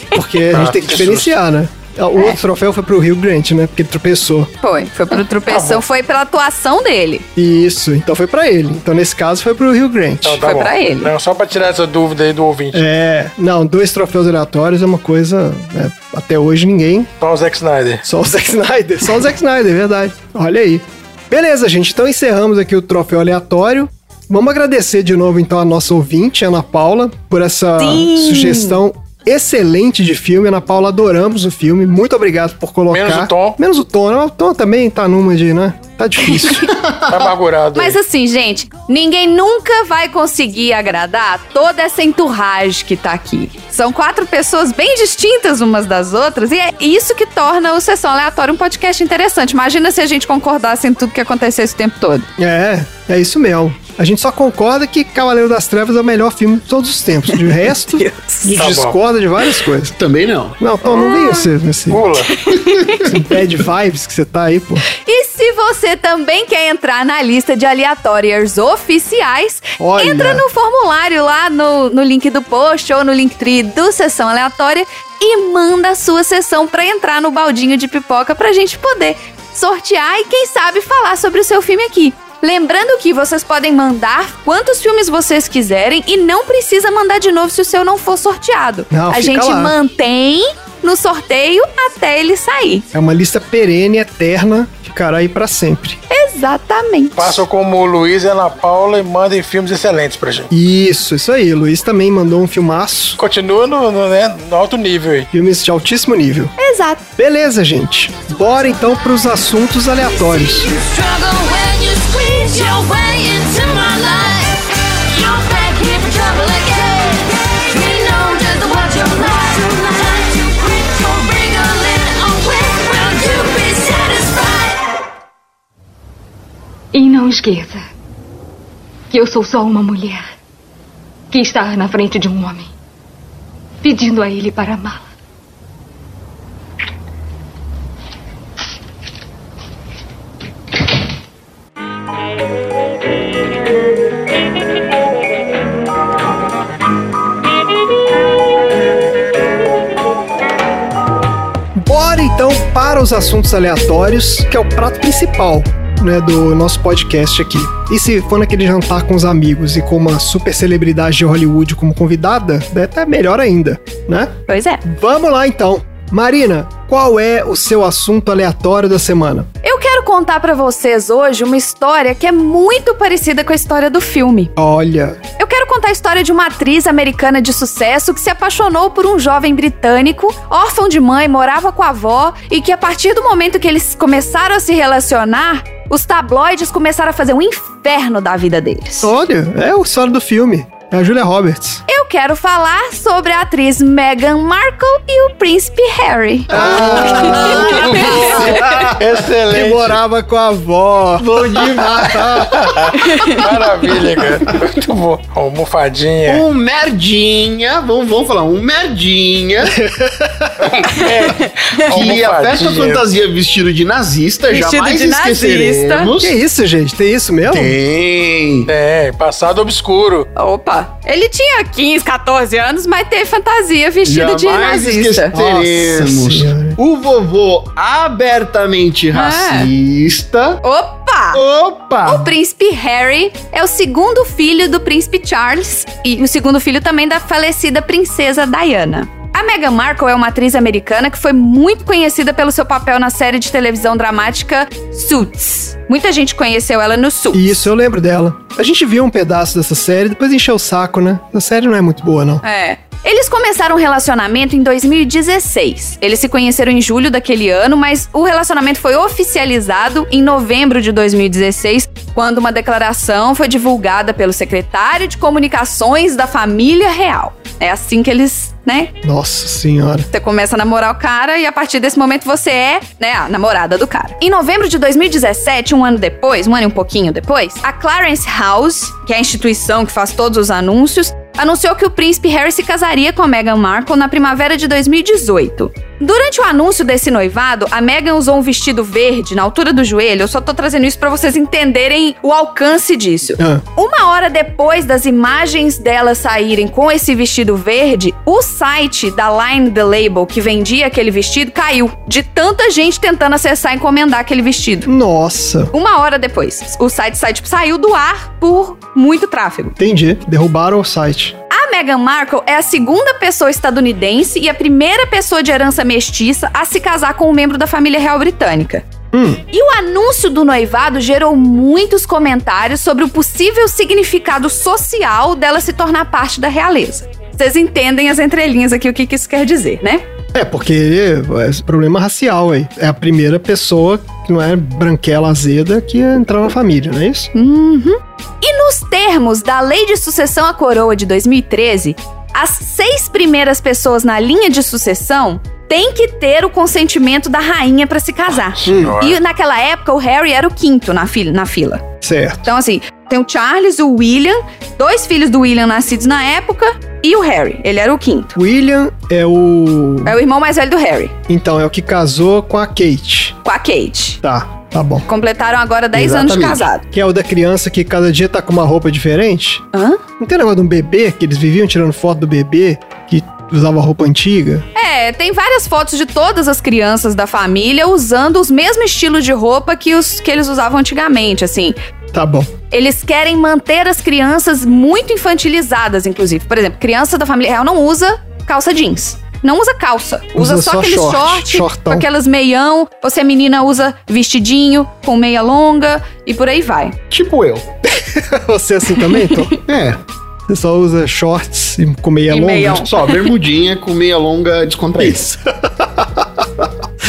Speaker 3: Porque a gente tem que
Speaker 2: que
Speaker 3: diferenciar, né? O outro troféu foi pro Rio Grant, né? Porque ele tropeçou.
Speaker 4: Foi, foi pro tropeção, foi pela atuação dele.
Speaker 3: Isso, então foi pra ele. Então nesse caso foi pro Rio Grant.
Speaker 2: Então, tá
Speaker 4: Foi
Speaker 2: bom.
Speaker 4: pra ele.
Speaker 2: Não, só pra tirar essa dúvida aí do ouvinte.
Speaker 3: É, não, dois troféus aleatórios é uma coisa. né, até hoje ninguém.
Speaker 2: Só o Zack Snyder.
Speaker 3: Só o Zack Snyder. Só o Zack Snyder, é verdade. Olha aí. Beleza, gente. Então encerramos aqui o troféu aleatório. Vamos agradecer de novo, então, a nossa ouvinte, Ana Paula, por essa
Speaker 4: Sim.
Speaker 3: sugestão excelente de filme. Ana Paula, adoramos o filme. Muito obrigado por colocar.
Speaker 2: Menos o Tom.
Speaker 3: Menos o Tom. né? O Tom também tá numa de, né? Tá
Speaker 2: *laughs*
Speaker 3: difícil.
Speaker 2: Tá amargurado.
Speaker 4: Mas
Speaker 2: aí.
Speaker 4: assim, gente, ninguém nunca vai conseguir agradar toda essa enturragem que tá aqui. São quatro pessoas bem distintas umas das outras e é isso que torna o Sessão Aleatória um podcast interessante. Imagina se a gente concordasse em tudo que acontecesse o tempo todo.
Speaker 3: É, é isso mesmo. A gente só concorda que Cavaleiro das Trevas é o melhor filme de todos os tempos. De
Speaker 2: *laughs*
Speaker 3: resto, a gente
Speaker 2: Tá bom. Ah.
Speaker 3: discorda de várias coisas.
Speaker 1: *laughs* Também não.
Speaker 3: Não, Tom, não vem você
Speaker 4: é-
Speaker 3: nesse
Speaker 2: Pula.
Speaker 3: esse bad vibes que você tá aí, pô.
Speaker 4: E se você também quer entrar na lista de aleatórias oficiais,
Speaker 3: Olha.
Speaker 4: entra no formulário lá no, no link do post ou no Linktree do Sessão Aleatória e manda a sua sessão pra entrar no baldinho de pipoca pra gente poder sortear e quem sabe falar sobre o seu filme aqui. Lembrando que vocês podem mandar quantos filmes vocês quiserem e não precisa mandar de novo se o seu não for sorteado.
Speaker 3: Não,
Speaker 4: a
Speaker 3: fica
Speaker 4: gente
Speaker 3: lá.
Speaker 4: mantém no sorteio até ele sair.
Speaker 3: É uma lista perene, eterna, ficará aí pra sempre.
Speaker 4: Exatamente.
Speaker 2: Façam como o Luiz e a Ana Paula e mandem filmes excelentes pra gente.
Speaker 3: Isso, isso aí. Luiz também mandou um filmaço.
Speaker 2: Continua no, no, né, no alto nível aí.
Speaker 3: Filmes de altíssimo nível.
Speaker 4: Exato.
Speaker 3: Beleza, gente. Bora então pros assuntos aleatórios.
Speaker 6: You struggle when you squeeze your way into my life. You're back here for trouble again. We know just what you like. Time to quit or bring a little away. Will you be satisfied?
Speaker 5: E não esqueça que eu sou só uma mulher que está na frente de um homem, pedindo a ele para amá-la.
Speaker 3: Bora então para os assuntos aleatórios, que é o prato principal né, do nosso podcast aqui. E se for naquele jantar com os amigos e com uma super celebridade de Hollywood como convidada, é até melhor ainda, né?
Speaker 4: Pois é.
Speaker 3: Vamos lá então. Marina, qual é o seu assunto aleatório da semana?
Speaker 4: Eu quero contar pra vocês hoje uma história que é muito parecida com a história do filme.
Speaker 3: Olha,
Speaker 4: Eu quero contar a história de uma atriz americana de sucesso que se apaixonou por um jovem britânico, órfão de mãe, morava com a avó e que a partir do momento que eles começaram a se relacionar, os tabloides começaram a fazer um inferno da vida deles.
Speaker 3: olha, é o história do filme. É a Julia Roberts.
Speaker 4: Eu quero falar sobre a atriz Meghan Markle e o príncipe Harry.
Speaker 1: Ah. *laughs*
Speaker 4: *laughs*
Speaker 3: Que
Speaker 2: Excelente.
Speaker 3: morava com a avó.
Speaker 1: Bom demais.
Speaker 2: Maravilha, cara. Muito bom. Ó, almofadinha.
Speaker 1: Um merdinha, vamos, vamos falar, um merdinha.
Speaker 2: Um
Speaker 1: que a festa
Speaker 2: almofadinha.
Speaker 1: fantasia vestido de nazista,
Speaker 8: Vestido
Speaker 1: jamais
Speaker 8: de nazista.
Speaker 3: *laughs*
Speaker 1: esqueceremos.
Speaker 3: Que isso, gente? Tem isso mesmo?
Speaker 1: Tem.
Speaker 2: É, passado obscuro.
Speaker 4: Opa! Ele tinha 15, 14 anos, mas teve fantasia vestida de
Speaker 1: Jamais
Speaker 4: nazista.
Speaker 3: Nossa
Speaker 1: esqueceremos.
Speaker 3: Senhora.
Speaker 1: O vovô abertamente racista.
Speaker 4: Opa!
Speaker 1: Opa!
Speaker 4: O príncipe Harry é o segundo filho do príncipe Charles e o segundo filho também da falecida princesa Diana. A Meghan Markle é uma atriz americana que foi muito conhecida pelo seu papel na série de televisão dramática Suits. Muita gente conheceu ela no Suits.
Speaker 3: Isso, eu lembro dela. A gente viu um pedaço dessa série, depois encheu o saco, né? A série não é muito boa, não.
Speaker 4: É. Eles começaram um relacionamento em 2016. Eles se conheceram em julho daquele ano, mas o relacionamento foi oficializado em novembro de 2016, quando uma declaração foi divulgada pelo secretário de comunicações da família real. É assim que eles, né?
Speaker 3: Nossa senhora.
Speaker 4: Você começa a namorar o cara e a partir desse momento você é, né, a namorada do cara. Em novembro de 2017, um ano depois, um ano e um pouquinho depois, a Clarence House, que é a instituição que faz todos os anúncios, anunciou que o príncipe Harry se casaria com a Meghan Markle na primavera de 2018. Durante o anúncio desse noivado, a Megan usou um vestido verde na altura do joelho. Eu só tô trazendo isso pra vocês entenderem o alcance disso.
Speaker 3: Ah.
Speaker 4: Uma hora depois das imagens dela saírem com esse vestido verde, o site da Line The Label, que vendia aquele vestido, caiu. De tanta gente tentando acessar e encomendar aquele vestido.
Speaker 3: Nossa.
Speaker 4: Uma hora depois, o site, site saiu do ar por muito tráfego.
Speaker 3: Entendi. Derrubaram o site.
Speaker 4: A Meghan Markle é a segunda pessoa estadunidense e a primeira pessoa de herança mestiça a se casar com um membro da família real britânica.
Speaker 3: Hum.
Speaker 4: E o anúncio do noivado gerou muitos comentários sobre o possível significado social dela se tornar parte da realeza. Vocês entendem as entrelinhas aqui, o que, que isso quer dizer, né?
Speaker 3: É, porque é esse problema racial aí. É a primeira pessoa que não é branquela azeda que ia entrar na família, não é isso?
Speaker 4: Uhum. E nos termos da Lei de Sucessão à Coroa de 2013, as seis primeiras pessoas na linha de sucessão têm que ter o consentimento da rainha para se casar.
Speaker 2: Senhora.
Speaker 4: E naquela época o Harry era o quinto na, fil- na fila.
Speaker 3: Certo.
Speaker 4: Então, assim, tem o Charles, o William, dois filhos do William nascidos na época, e o Harry. Ele era o quinto.
Speaker 3: William é o.
Speaker 4: É o irmão mais velho do Harry,
Speaker 3: Então, é o que casou com a Kate.
Speaker 4: com a Kate.
Speaker 3: Tá, tá bom.
Speaker 4: Completaram agora 10 anos de
Speaker 3: Exatamente.
Speaker 4: casado.
Speaker 3: Que é o da criança que cada dia tá com uma roupa diferente?
Speaker 4: Hã?
Speaker 3: Não tem negócio de um bebê que eles viviam tirando foto do bebê que usava roupa antiga?
Speaker 4: É, tem várias fotos de todas as crianças da família usando os mesmos estilos de roupa que, os, que eles usavam antigamente, assim.
Speaker 3: Tá bom. *laughs*
Speaker 4: Eles querem manter as crianças muito infantilizadas, inclusive. Por exemplo, criança da família real não usa calça jeans. Não usa calça. Usa,
Speaker 3: Usa
Speaker 4: só,
Speaker 3: só
Speaker 4: aquele
Speaker 3: short,
Speaker 4: short, com
Speaker 3: shortão.
Speaker 4: aquelas meião. Você, menina, usa vestidinho com meia longa e por aí vai.
Speaker 1: Tipo eu.
Speaker 3: Você é assim também,
Speaker 4: *laughs*
Speaker 3: então?
Speaker 1: É,
Speaker 3: Você só usa shorts e com meia
Speaker 4: E
Speaker 3: longa? É
Speaker 4: meião.
Speaker 1: só bermudinha com meia longa descontraída.
Speaker 3: Isso. *laughs*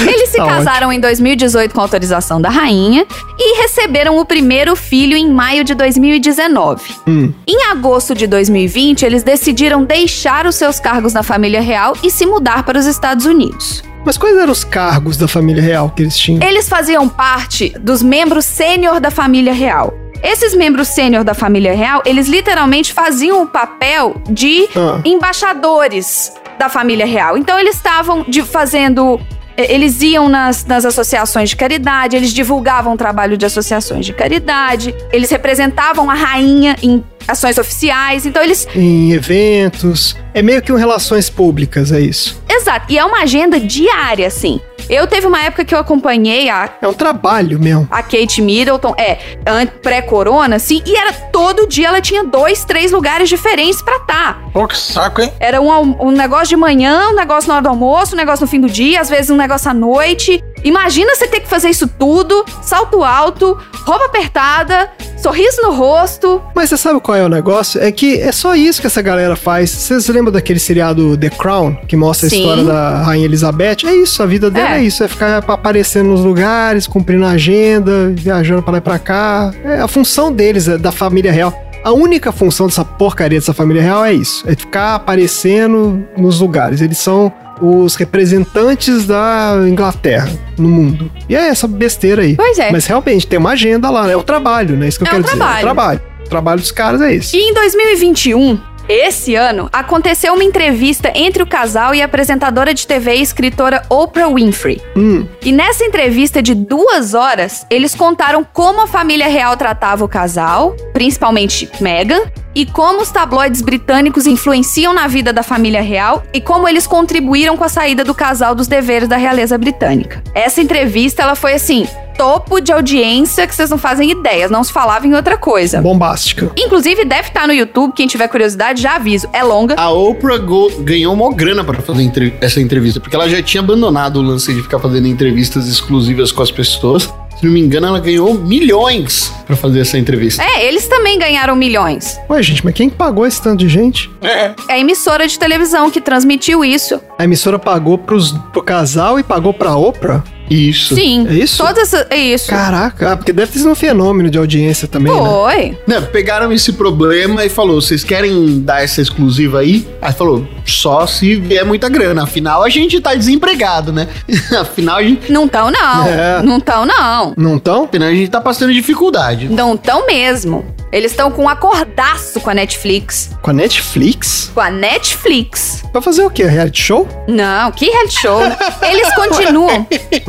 Speaker 4: Eles se
Speaker 3: Tá
Speaker 4: casaram em 2018 com autorização da rainha e receberam o primeiro filho em maio de 2019.
Speaker 3: Hum.
Speaker 4: Em agosto de 2020, eles decidiram deixar os seus cargos na família real e se mudar para os Estados Unidos.
Speaker 3: Mas quais eram os cargos da família real que eles tinham?
Speaker 4: Eles faziam parte dos membros sênior da família real. Esses membros sênior da família real, eles literalmente faziam o papel de
Speaker 3: Ah.
Speaker 4: embaixadores da família real. Então eles estavam de- fazendo. eh, Eles iam nas, nas associações de caridade, eles divulgavam o trabalho de associações de caridade, eles representavam a rainha em ações oficiais. Então eles.
Speaker 3: Em eventos. É meio que um relações públicas, é isso.
Speaker 4: Exato. E é uma agenda diária, assim. Eu teve uma época que eu acompanhei a
Speaker 3: É um trabalho mesmo.
Speaker 4: a Kate Middleton, é, an- pré-corona, assim, e era todo dia ela tinha dois, três lugares diferentes pra tá.
Speaker 2: Pô, que saco, hein?
Speaker 4: Era um, al- um negócio de manhã, um negócio na hora do almoço, um negócio no fim do dia, às vezes um negócio à noite. Imagina você ter que fazer isso tudo, salto alto, roupa apertada, sorriso no rosto.
Speaker 3: Mas você sabe qual é o negócio? É que é só isso que essa galera faz. Vocês lembram daquele seriado The Crown, que mostra
Speaker 4: Sim.
Speaker 3: a história da Rainha Elizabeth? É isso, a vida dela
Speaker 4: É.
Speaker 3: é, isso. É ficar aparecendo nos lugares, cumprindo a agenda, viajando pra lá e pra cá. É a função deles, é da família real. A única função dessa porcaria dessa família real é isso: é ficar aparecendo nos lugares. Eles são os representantes da Inglaterra no mundo. E é essa besteira aí.
Speaker 4: Pois é.
Speaker 3: Mas realmente tem uma agenda lá, né? É o trabalho, né? Isso que eu
Speaker 4: É o
Speaker 3: quero dizer. É
Speaker 4: trabalho.
Speaker 3: o trabalho. O trabalho dos caras é esse.
Speaker 4: E em 2021, esse ano, aconteceu uma entrevista entre o casal e a apresentadora de TV e escritora Oprah Winfrey.
Speaker 3: Hum,
Speaker 4: E nessa entrevista de duas horas, eles contaram como a família real tratava o casal, principalmente Meghan, e como os tabloides britânicos influenciam na vida da família real e como eles contribuíram com a saída do casal dos deveres da realeza britânica. Essa entrevista, ela foi assim, topo de audiência que vocês não fazem ideias, não se falava em outra coisa.
Speaker 3: bombástica.
Speaker 4: Inclusive, deve estar no YouTube, quem tiver curiosidade, já aviso, é longa.
Speaker 1: A Oprah go- ganhou uma grana pra fazer entre- essa entrevista, porque ela já tinha abandonado o lance de ficar fazendo entrevistas exclusivas com as pessoas. Se não me engano, ela ganhou milhões pra fazer essa entrevista.
Speaker 4: É, eles também ganharam milhões.
Speaker 3: Ué, gente, mas quem pagou esse tanto de gente?
Speaker 4: É a emissora de televisão que transmitiu isso.
Speaker 3: A emissora pagou pros, pro casal e pagou pra Oprah?
Speaker 1: Isso.
Speaker 4: Sim.
Speaker 3: É isso?
Speaker 4: Todas essas- é isso.
Speaker 3: Caraca, ah, porque deve ter sido um fenômeno de audiência também, né?
Speaker 4: Foi.
Speaker 1: Né, pegaram esse problema e falou: vocês querem dar essa exclusiva aí? Aí falou: só se vier muita grana. Afinal, a gente tá desempregado, né? *laughs* afinal, a gente,
Speaker 4: Não tão,
Speaker 3: *laughs*
Speaker 4: não.
Speaker 3: É.
Speaker 4: Não tão, não.
Speaker 3: Não tão?
Speaker 2: *laughs*
Speaker 1: afinal, a gente tá passando dificuldade.
Speaker 4: Não tão mesmo. Eles estão com um acordaço com a Netflix.
Speaker 3: Com a Netflix?
Speaker 4: Com a Netflix.
Speaker 3: Pra fazer o quê? Reality show?
Speaker 4: Não, que
Speaker 3: *laughs*
Speaker 4: reality show. Eles continuam.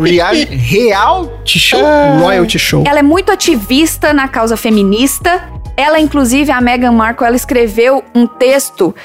Speaker 1: Real, reality show?
Speaker 2: Ah.
Speaker 3: Royalty show.
Speaker 4: Ela é muito ativista na causa feminista. Ela, inclusive, a Meghan Markle, ela escreveu um texto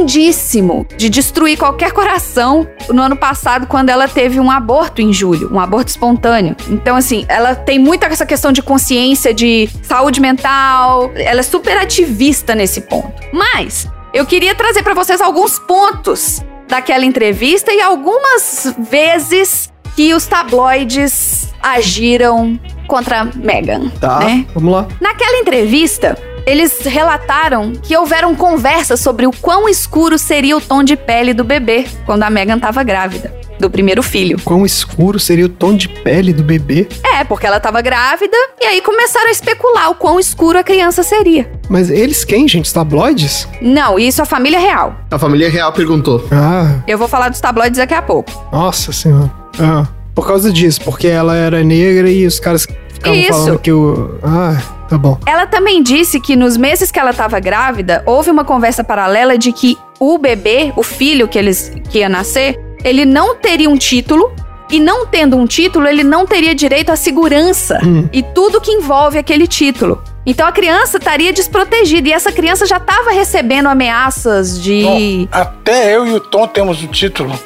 Speaker 4: lindíssimo de destruir qualquer coração no ano passado, quando ela teve um aborto em julho, um aborto espontâneo. Então, assim, ela tem muita essa questão de consciência, de saúde mental. Ela é super ativista nesse ponto. Mas eu queria trazer pra vocês alguns pontos daquela entrevista e algumas vezes que os tabloides agiram contra Meghan.
Speaker 3: Tá,
Speaker 4: Né?
Speaker 3: vamos lá.
Speaker 4: Naquela entrevista, eles relataram que houveram conversas sobre o quão escuro seria o tom de pele do bebê quando a Meghan estava grávida, do primeiro filho.
Speaker 3: Quão escuro seria o tom de pele do bebê?
Speaker 4: É, porque ela estava grávida e aí começaram a especular o quão escuro a criança seria.
Speaker 3: Mas eles quem, gente? Os tabloides?
Speaker 4: Não, isso a família real.
Speaker 1: A família real perguntou.
Speaker 3: Ah,
Speaker 4: Eu vou falar dos tabloides daqui a pouco.
Speaker 3: nossa senhora. Ah, por causa disso, porque ela era negra e os caras ficavam
Speaker 4: Isso.
Speaker 3: falando que o... Ah, tá bom.
Speaker 4: Ela também disse que nos meses que ela estava grávida, houve uma conversa paralela de que o bebê, o filho que eles que ia nascer, ele não teria um título e não tendo um título, ele não teria direito à segurança
Speaker 3: Hum.
Speaker 4: e tudo que envolve aquele título. Então a criança estaria desprotegida e essa criança já estava recebendo ameaças de
Speaker 2: Até eu e o Tom temos o título.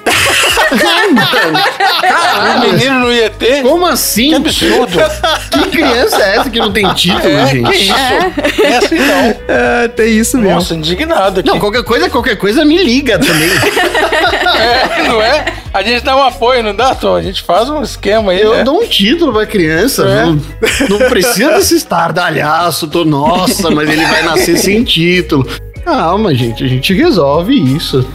Speaker 2: O menino no IET?
Speaker 1: Ah, Como
Speaker 2: Ah, Que
Speaker 1: assim?
Speaker 2: absurdo.
Speaker 1: Que criança é essa que
Speaker 2: *laughs*
Speaker 1: não tem título,
Speaker 2: Que
Speaker 1: gente?
Speaker 2: isso? Não É assim não.
Speaker 3: É, tem isso mesmo.
Speaker 2: Nossa, indignado aqui.
Speaker 1: Não, qualquer coisa, qualquer coisa me liga também.
Speaker 2: É, não é? A gente dá um apoio, não dá, Tom? A gente faz um esquema aí,
Speaker 1: Eu
Speaker 2: né?
Speaker 1: dou um título pra criança.
Speaker 2: É.
Speaker 1: Não, não precisa desse estardalhaço, tô, nossa, mas ele vai nascer sem título. Calma, gente, a gente resolve isso.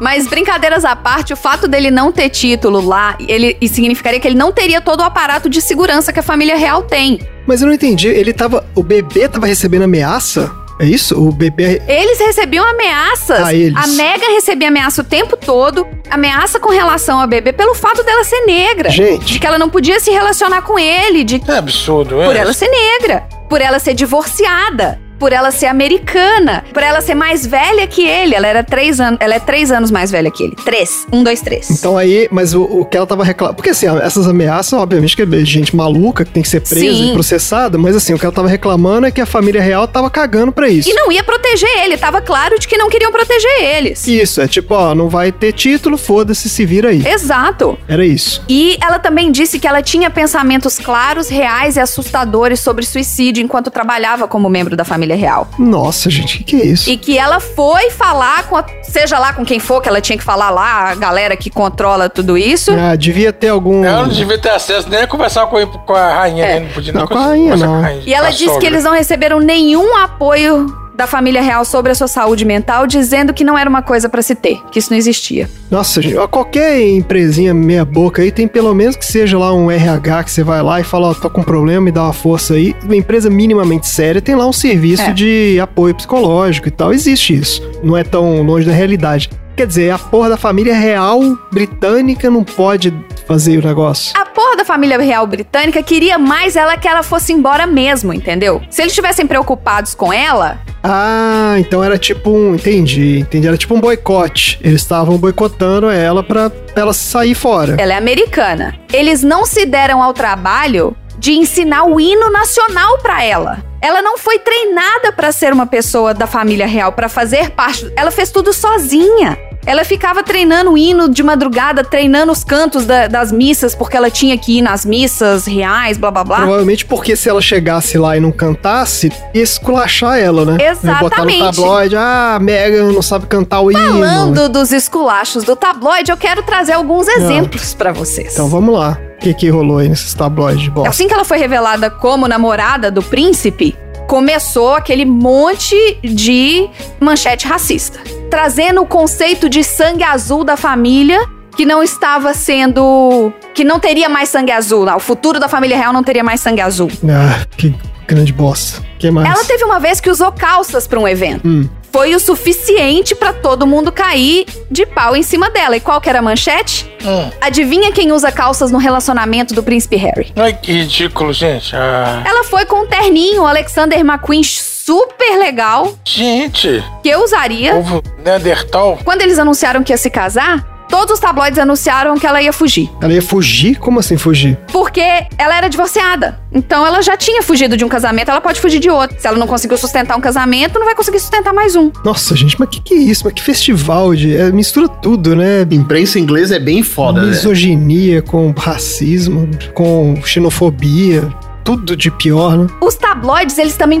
Speaker 4: Mas brincadeiras à parte, o fato dele não ter título lá, ele e significaria que ele não teria todo o aparato de segurança que a família real tem.
Speaker 3: Mas eu não entendi, ele tava... O bebê tava recebendo ameaça? É isso? O bebê...
Speaker 4: Eles recebiam ameaças.
Speaker 3: Ah, eles.
Speaker 4: A Mega recebia ameaça o tempo todo, ameaça com relação ao bebê pelo fato dela ser negra.
Speaker 3: Gente,
Speaker 4: De que ela não podia se relacionar com ele, de
Speaker 2: É absurdo, é.
Speaker 4: por ela ser negra, por ela ser divorciada, por ela ser americana, por ela ser mais velha que ele. Ela era três anos. Ela é três anos mais velha que ele. Três. Um, dois, três.
Speaker 3: Então aí, mas o, o que ela tava reclamando. Porque assim, essas ameaças, obviamente, que é gente maluca que tem que ser presa
Speaker 4: Sim.
Speaker 3: e processada, mas assim, o que ela tava reclamando é que a família real tava cagando pra isso.
Speaker 4: E não ia proteger ele. Tava claro de que não queriam proteger eles.
Speaker 3: Isso, é tipo, ó, não vai ter título, foda-se, se vira aí.
Speaker 4: Exato.
Speaker 3: Era isso.
Speaker 4: E ela também disse que ela tinha pensamentos claros, reais e assustadores sobre suicídio enquanto trabalhava como membro da família real.
Speaker 3: Nossa, gente, o que, que é isso?
Speaker 4: E que ela foi falar com, a- seja lá com quem for que ela tinha que falar lá, a galera que controla tudo isso.
Speaker 3: Ah, devia ter algum.
Speaker 2: Ela É, não devia ter acesso nem a conversar com, com a rainha, né? Não podia
Speaker 3: Não,
Speaker 2: nem
Speaker 3: com a rainha,
Speaker 2: conversar
Speaker 3: não.
Speaker 2: rainha,
Speaker 4: É. E ela
Speaker 2: com a
Speaker 4: disse que
Speaker 2: sogra.
Speaker 4: eles não receberam nenhum apoio da família real sobre a sua saúde mental, dizendo que não era uma coisa pra se ter, que isso não existia.
Speaker 3: Nossa, gente, ó, qualquer empresinha meia-boca aí tem pelo menos que seja lá um RH que você vai lá e fala, ó, tô com um problema, me dá uma força aí. Uma empresa minimamente séria tem lá um serviço
Speaker 4: É.
Speaker 3: de apoio psicológico e tal. Existe isso. Não é tão longe da realidade. Quer dizer, a porra da família real britânica não pode fazer o negócio.
Speaker 4: A porra da família real britânica queria mais ela que ela fosse embora mesmo, entendeu? Se eles estivessem preocupados com ela,
Speaker 3: Ah, então era tipo um. Entendi, entendi. Era tipo um boicote. Eles estavam boicotando ela pra ela sair fora.
Speaker 4: Ela é americana. Eles não se deram ao trabalho de ensinar o hino nacional pra ela. Ela não foi treinada pra ser uma pessoa da família real, pra fazer parte. Ela fez tudo sozinha. Ela ficava treinando o hino de madrugada, treinando os cantos da- das missas, porque ela tinha que ir nas missas reais, blá blá blá.
Speaker 3: Provavelmente porque se ela chegasse lá e não cantasse, ia esculachar ela, né?
Speaker 4: Exatamente.
Speaker 3: Ia botar no tabloide, ah, Megan não sabe cantar o hino.
Speaker 4: Falando dos esculachos do tabloide, eu quero trazer alguns exemplos pra vocês.
Speaker 3: Ah. Então vamos lá. O que, que rolou aí nesses tabloides de bosta?
Speaker 4: Assim que ela foi revelada como namorada do príncipe, começou aquele monte de manchete racista, trazendo o conceito de sangue azul da família que não estava sendo, que não teria mais sangue azul, lá, o futuro da família real não teria mais sangue azul.
Speaker 3: Ah, que grande bosta. O que mais?
Speaker 4: Ela teve uma vez que usou calças pra um evento.
Speaker 3: Hum.
Speaker 4: Foi o suficiente pra todo mundo cair de pau em cima dela. E qual que era a manchete?
Speaker 2: Hum.
Speaker 4: Adivinha quem usa calças no relacionamento do príncipe Harry?
Speaker 2: Ai, que ridículo, gente. Ah,
Speaker 4: Ela foi com um terninho, o Alexander McQueen super legal
Speaker 2: Gente,
Speaker 4: que eu usaria.
Speaker 2: povo Neandertal.
Speaker 4: Quando eles anunciaram que ia se casar, todos os tabloides anunciaram que ela ia fugir.
Speaker 3: Ela ia fugir? Como assim fugir?
Speaker 4: Porque ela era divorciada. Então ela já tinha fugido de um casamento, ela pode fugir de outro. Se ela não conseguiu sustentar um casamento, não vai conseguir sustentar mais um.
Speaker 3: Nossa, gente, mas que que é isso? Mas que festival de... é, mistura tudo, né?
Speaker 1: Imprensa inglesa é bem foda, né?
Speaker 3: Misoginia com racismo, com xenofobia, tudo de pior, né?
Speaker 4: Os tabloides, eles também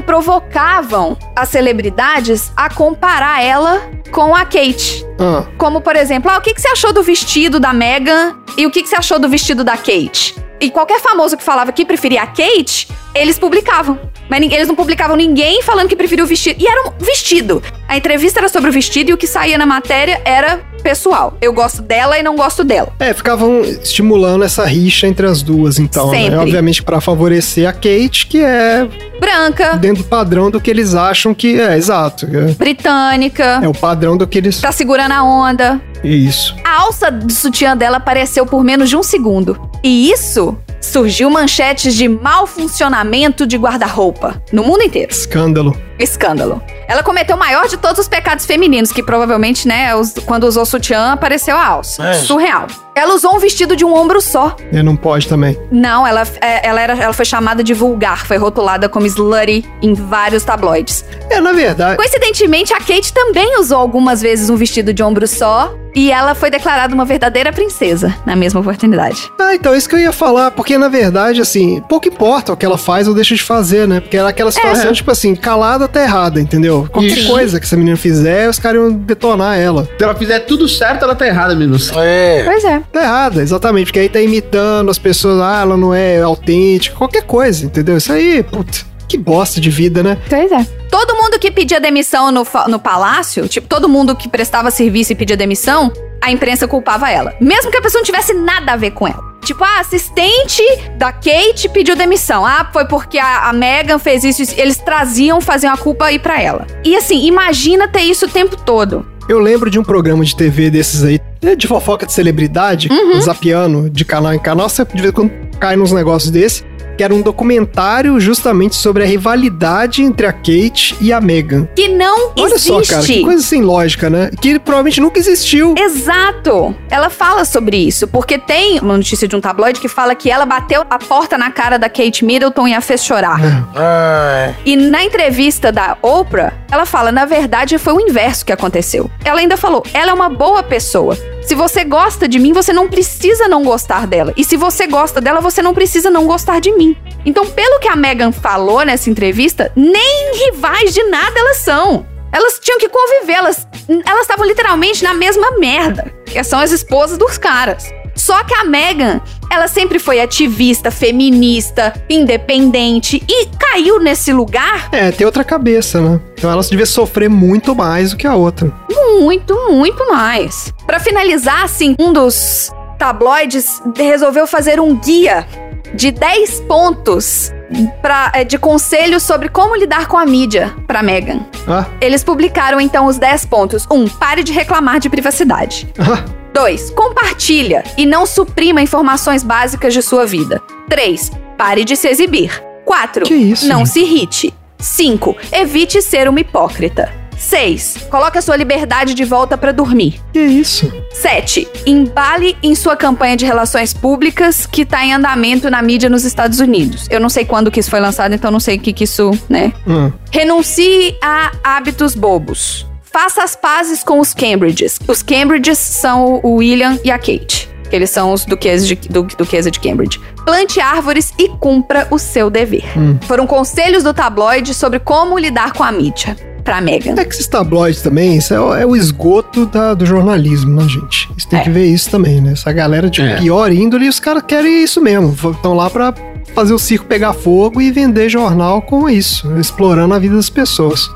Speaker 4: provocavam as celebridades a comparar ela com a Kate.
Speaker 3: Ah,
Speaker 4: Como, por exemplo, ah, o que, que você achou do vestido da Meghan e o que, que você achou do vestido da Kate? E qualquer famoso que falava que preferia a Kate, eles publicavam. Mas ninguém- eles não publicavam ninguém falando que preferia o vestido. E era um vestido. A entrevista era sobre o vestido e o que saía na matéria era pessoal. Eu gosto dela e não gosto dela.
Speaker 3: É, ficavam estimulando essa rixa entre as duas, então, né?
Speaker 4: Sempre.
Speaker 3: Obviamente pra favorecer a Kate, que é
Speaker 4: Branca,
Speaker 3: dentro do padrão do que eles acham que é, exato. É,
Speaker 4: britânica,
Speaker 3: é o padrão do que eles.
Speaker 4: tá segurando a onda.
Speaker 3: Isso.
Speaker 4: A alça do sutiã dela apareceu por menos de um segundo. E isso surgiu manchetes de mau funcionamento de guarda-roupa no mundo inteiro.
Speaker 3: Escândalo.
Speaker 4: Escândalo. Ela cometeu o maior de todos os pecados femininos, que provavelmente, né, us- quando usou sutiã, apareceu a alça.
Speaker 2: É.
Speaker 4: Surreal. Ela usou um vestido de um ombro só.
Speaker 3: É, não pode também.
Speaker 4: Não, ela, é, ela, era, ela foi chamada de vulgar, foi rotulada como slutty em vários tabloides.
Speaker 3: É, na verdade.
Speaker 4: Coincidentemente, a Kate também usou algumas vezes um vestido de ombro só e ela foi declarada uma verdadeira princesa na mesma oportunidade.
Speaker 3: Ah, então, isso que eu ia falar, porque na verdade, assim, pouco importa o que ela faz ou deixa de fazer, né? Porque era aquela situação, tipo assim, calada tá errada, entendeu? Qualquer
Speaker 1: Isso.
Speaker 3: coisa que essa menina fizer, os caras iam detonar ela.
Speaker 1: Se ela fizer tudo certo, ela tá errada, menos.
Speaker 2: É.
Speaker 4: Pois é.
Speaker 3: Tá errada, exatamente, porque aí tá imitando as pessoas, ah, ela não é autêntica, qualquer coisa, entendeu? Isso aí, puta, que bosta de vida, né?
Speaker 4: Pois é. Todo mundo que pedia demissão no, fa- no palácio, tipo, todo mundo que prestava serviço e pedia demissão, a imprensa culpava ela. Mesmo que a pessoa não tivesse nada a ver com ela. Tipo, a assistente da Kate pediu demissão. Ah, foi porque a, a Megan fez isso, isso. Eles traziam, faziam a culpa aí pra ela. E assim, imagina ter isso o tempo todo.
Speaker 3: Eu lembro de um programa de TV desses aí, né, de fofoca de celebridade, zapiano de canal em canal, você de vez em quando cai nos negócios desse, que era um documentário justamente sobre a rivalidade entre a Kate e a Meghan.
Speaker 4: Que não
Speaker 3: Olha
Speaker 4: existe.
Speaker 3: só, cara, que coisa sem lógica, né? Que provavelmente nunca existiu.
Speaker 4: Exato! Ela fala sobre isso, porque tem uma notícia de um tabloide que fala que ela bateu a porta na cara da Kate Middleton e a fez
Speaker 3: É.
Speaker 4: chorar.
Speaker 2: Ai.
Speaker 4: E na entrevista da Oprah, ela fala: na verdade, foi o inverso que aconteceu. Ela ainda falou: ela é uma boa pessoa. Se você gosta de mim, você não precisa não gostar dela. E se você gosta dela, você não precisa não gostar de mim. Então, pelo que a Megan falou nessa entrevista, nem rivais de nada elas são. Elas tinham que conviver, elas elas estavam literalmente na mesma merda. Que são as esposas dos caras. Só que a Megan, ela sempre foi ativista, feminista, independente e caiu nesse lugar
Speaker 3: É, tem outra cabeça, né? Então ela devia sofrer muito mais do que a outra.
Speaker 4: muito, muito mais. Pra finalizar, assim, um dos tabloides resolveu fazer um guia de 10 pontos pra, eh, de conselhos sobre como lidar com a mídia pra Megan.
Speaker 3: Ah,
Speaker 4: Eles publicaram então os 10 pontos. 1. Um, pare de reclamar de privacidade.
Speaker 3: ah,
Speaker 4: 2. Compartilha e não suprima informações básicas de sua vida. 3. Pare de se exibir. 4.
Speaker 3: Que isso,
Speaker 4: Não
Speaker 3: gente?
Speaker 4: se irrite. 5. Evite ser uma hipócrita. 6. Coloque a sua liberdade de volta para dormir.
Speaker 3: que isso?
Speaker 4: 7. Embale em sua campanha de relações públicas que tá em andamento na mídia nos Estados Unidos. Eu não sei quando que isso foi lançado, então não sei o que que isso, né,
Speaker 3: Hum.
Speaker 4: Renuncie a hábitos bobos. Faça as pazes com os Cambridges. Os Cambridges são o William e a Kate. Que eles são os duques de, du, duquesa de Cambridge. Plante árvores e cumpra o seu dever. Foram conselhos do tabloide sobre como lidar com a mídia. Pra Megan.
Speaker 3: É que esses tabloides também, isso é, o- é o esgoto da- do jornalismo, né, gente? Isso
Speaker 4: É.
Speaker 3: tem que ver isso também, né? Essa galera de
Speaker 1: É.
Speaker 3: pior índole, os caras querem isso mesmo. Estão lá pra fazer o circo pegar fogo e vender jornal com isso, explorando a vida das pessoas.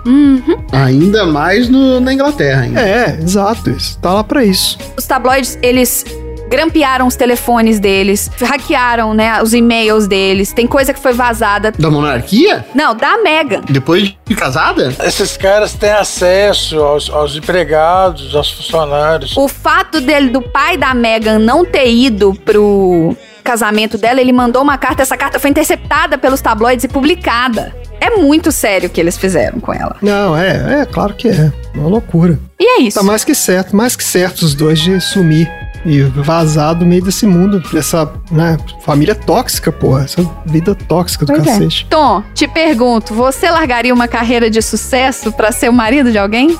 Speaker 1: Ainda mais no- na Inglaterra, ainda.
Speaker 3: É, exato, isso. Tá lá pra isso.
Speaker 4: Os tabloides, eles grampearam os telefones deles, hackearam, né, os e-mails deles. Tem coisa que foi vazada.
Speaker 1: Da monarquia?
Speaker 4: Não, da Megan.
Speaker 1: Depois de casada?
Speaker 2: Esses caras têm acesso aos, aos empregados, aos funcionários.
Speaker 4: O fato dele, do pai da Megan não ter ido pro casamento dela, ele mandou uma carta. Essa carta foi interceptada pelos tabloides e publicada. É muito sério o que eles fizeram com ela.
Speaker 3: Não, é, é, claro que é. Uma loucura.
Speaker 4: E é isso.
Speaker 3: Tá mais que certo, mais que certo os dois de sumir e vazar do meio desse mundo, dessa né, família tóxica, porra. Essa vida tóxica do
Speaker 4: Pois é.
Speaker 3: cacete.
Speaker 4: Tom, te pergunto, você largaria uma carreira de sucesso pra ser o marido de alguém?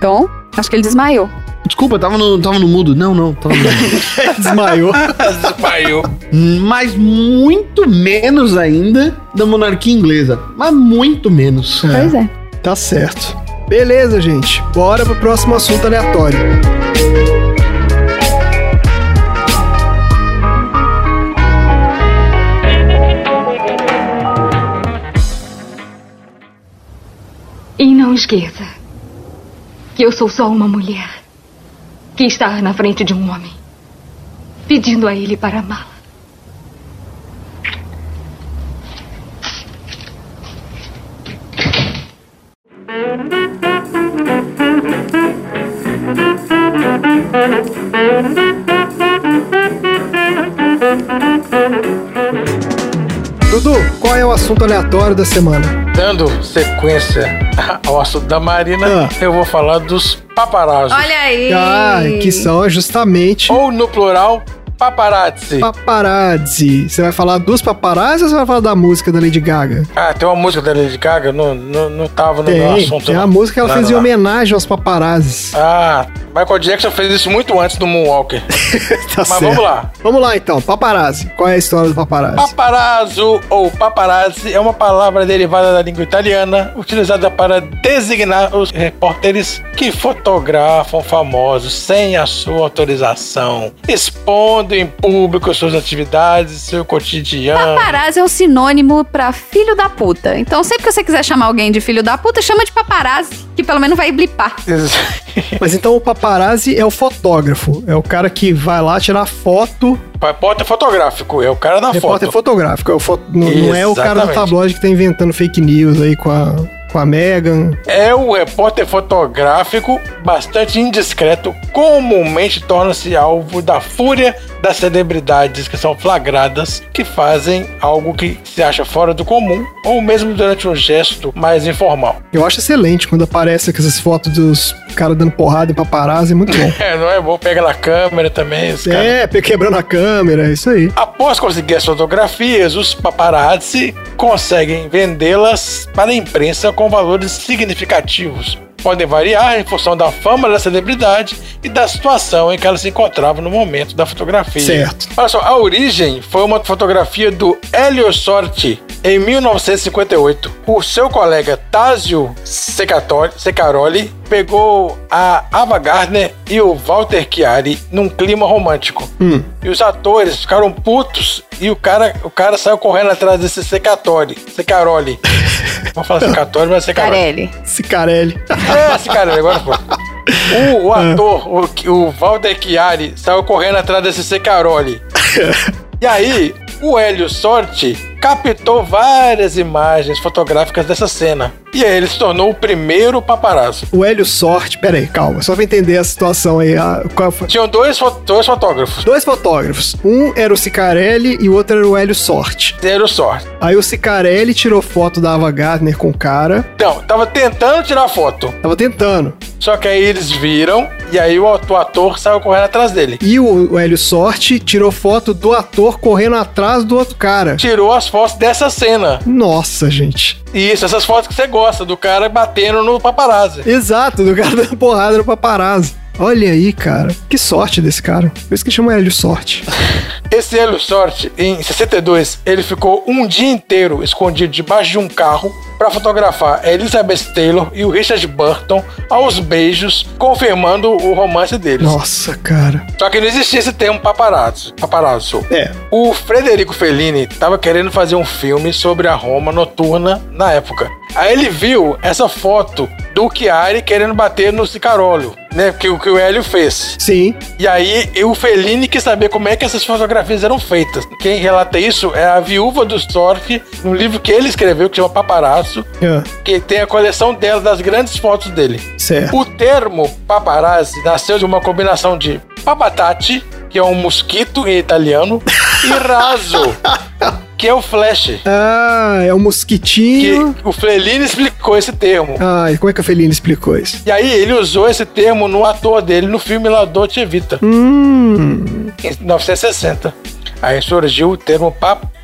Speaker 4: Tom, acho que ele desmaiou.
Speaker 1: Desculpa, tava no, tava no mudo. Não, não, tava no mudo.
Speaker 3: Desmaiou.
Speaker 2: Desmaiou.
Speaker 1: Mas muito menos ainda da monarquia inglesa. Mas muito menos.
Speaker 4: Pois é.
Speaker 3: Tá certo. Beleza, gente. Bora pro próximo assunto aleatório.
Speaker 5: E não esqueça que eu sou só uma mulher que está na frente de um homem, pedindo a ele para amá-la.
Speaker 3: Dudu, qual é o assunto aleatório da semana?
Speaker 2: Dando sequência *laughs* ao assunto da
Speaker 3: Ah.
Speaker 2: Marina, eu vou falar dos paparazos.
Speaker 4: Olha aí.
Speaker 3: Ah, que são justamente
Speaker 2: Ou no plural, paparazzi.
Speaker 3: Ah. paparazzi. Você vai falar dos paparazzi ou você vai falar da música da Lady Gaga?
Speaker 2: Ah, tem uma música da Lady Gaga? Não, não, não tava no meu
Speaker 3: Tem,
Speaker 2: assunto.
Speaker 3: tem
Speaker 2: não.
Speaker 3: a música que ela
Speaker 2: Não,
Speaker 3: fez
Speaker 2: não,
Speaker 3: em
Speaker 2: não.
Speaker 3: homenagem aos paparazzis.
Speaker 2: Ah, Michael Jackson fez isso muito antes do Moonwalker.
Speaker 3: Tá
Speaker 2: Mas vamos lá.
Speaker 3: Vamos lá então, paparazzi. Qual é a história do paparazzi?
Speaker 2: Paparazzo ou paparazzi é uma palavra derivada da língua italiana utilizada para designar os repórteres que fotografam famosos sem a sua autorização, expondo em público suas atividades, seu cotidiano.
Speaker 4: Paparazzi é um sinônimo pra filho da puta. Então, sempre que você quiser chamar alguém de filho da puta, chama de paparazzi, que pelo menos vai
Speaker 3: Tá
Speaker 4: blipar.
Speaker 3: Mas então o paparazzi é o fotógrafo. É o cara que vai lá tirar foto.
Speaker 2: Repórter fotográfico, é o cara na
Speaker 3: repórter
Speaker 2: foto.
Speaker 3: fotográfico. É o fo- não, não é o cara do
Speaker 2: Exatamente.
Speaker 3: tabloide que tá inventando fake news aí com a, com a Megan.
Speaker 2: É o repórter fotográfico bastante indiscreto, comumente torna-se alvo da fúria das celebridades que são flagradas, que fazem algo que se acha fora do comum, ou mesmo durante um gesto mais informal.
Speaker 3: Eu acho excelente quando aparece com essas fotos dos caras dando porrada em paparazzi. É muito bom.
Speaker 2: É, não é bom, pega na câmera também, esse *coughs* cara.
Speaker 3: é, pe- quebrando a câmera, é isso aí.
Speaker 2: Após conseguir as fotografias, os paparazzi conseguem vendê-las para a imprensa com valores significativos. Podem variar em função da fama da celebridade e da situação em que ela se encontrava no momento da fotografia.
Speaker 3: Certo.
Speaker 2: Olha só, a origem foi uma fotografia do Hélio Sorte em 1958. O seu colega Tásio Secatori- Secaroli pegou a Ava Gardner e o Walter Chiari num clima romântico. E os atores ficaram putos e o cara, o cara saiu correndo atrás desse Secatori, Secaroli. Vou falar Secatori, mas é Secaroli.
Speaker 4: Carelli.
Speaker 3: Cicarelli.
Speaker 2: É, esse cara, agora foi. O, o ator, o, que- o Walter Chiari, saiu correndo atrás desse Secaroli. E aí, o Hélio Sorte captou várias imagens fotográficas dessa cena. E aí ele se tornou o primeiro paparazzo.
Speaker 3: O Hélio Sorte. Pera aí, calma. Só pra entender a situação aí. a- qual foi-
Speaker 2: Tinham dois, fo- dois fotógrafos.
Speaker 3: Dois fotógrafos. Um era o Cicarelli e o outro era o Hélio Sorte.
Speaker 2: Hélio Sorte.
Speaker 3: Aí o Cicarelli tirou foto da Ava Gardner com o cara.
Speaker 2: Então, tava tentando tirar foto.
Speaker 3: Tava tentando.
Speaker 2: Só que aí eles viram, e aí o ato- o ator saiu correndo atrás dele.
Speaker 3: E o, o Hélio Sorte tirou foto do ator correndo atrás do outro cara.
Speaker 2: Tirou as fotos dessa cena.
Speaker 3: Nossa, gente.
Speaker 2: Isso, essas fotos que você gosta, do cara batendo no paparazzi.
Speaker 3: Exato, do cara *laughs* dando porrada no paparazzo. Olha aí, cara. Que sorte desse cara. Por isso que chama Hélio Sorte.
Speaker 2: Esse Hélio Sorte, em 62, ele ficou um dia inteiro escondido debaixo de um carro para fotografar a Elizabeth Taylor e o Richard Burton aos beijos, confirmando o romance deles.
Speaker 3: Nossa, cara.
Speaker 2: Só que não existia esse termo paparazzo. paparazzo.
Speaker 3: É.
Speaker 2: O Frederico Fellini estava querendo fazer um filme sobre a Roma noturna na época. Aí ele viu essa foto do Chiari querendo bater no Cicarolho, né? Que, o- que o Hélio fez.
Speaker 3: Sim.
Speaker 2: E aí, e o Fellini quis saber como é que essas fotografias eram feitas. Quem relata isso é a viúva do Stork, num livro que ele escreveu, que chama Paparazzo,
Speaker 3: É,
Speaker 2: que tem a coleção dela das grandes fotos dele.
Speaker 3: certo.
Speaker 2: O termo paparazzi nasceu de uma combinação de papatate, que é um mosquito em italiano, e raso, que é o Flash.
Speaker 3: Ah, é o
Speaker 2: Que
Speaker 3: mosquitinho.
Speaker 2: o Felino explicou esse termo.
Speaker 3: Ah, e como é que a Felina explicou isso?
Speaker 2: E aí ele usou esse termo no ator dele no filme La Dolce Vita,
Speaker 3: Hum.
Speaker 2: em 1960. Aí surgiu o termo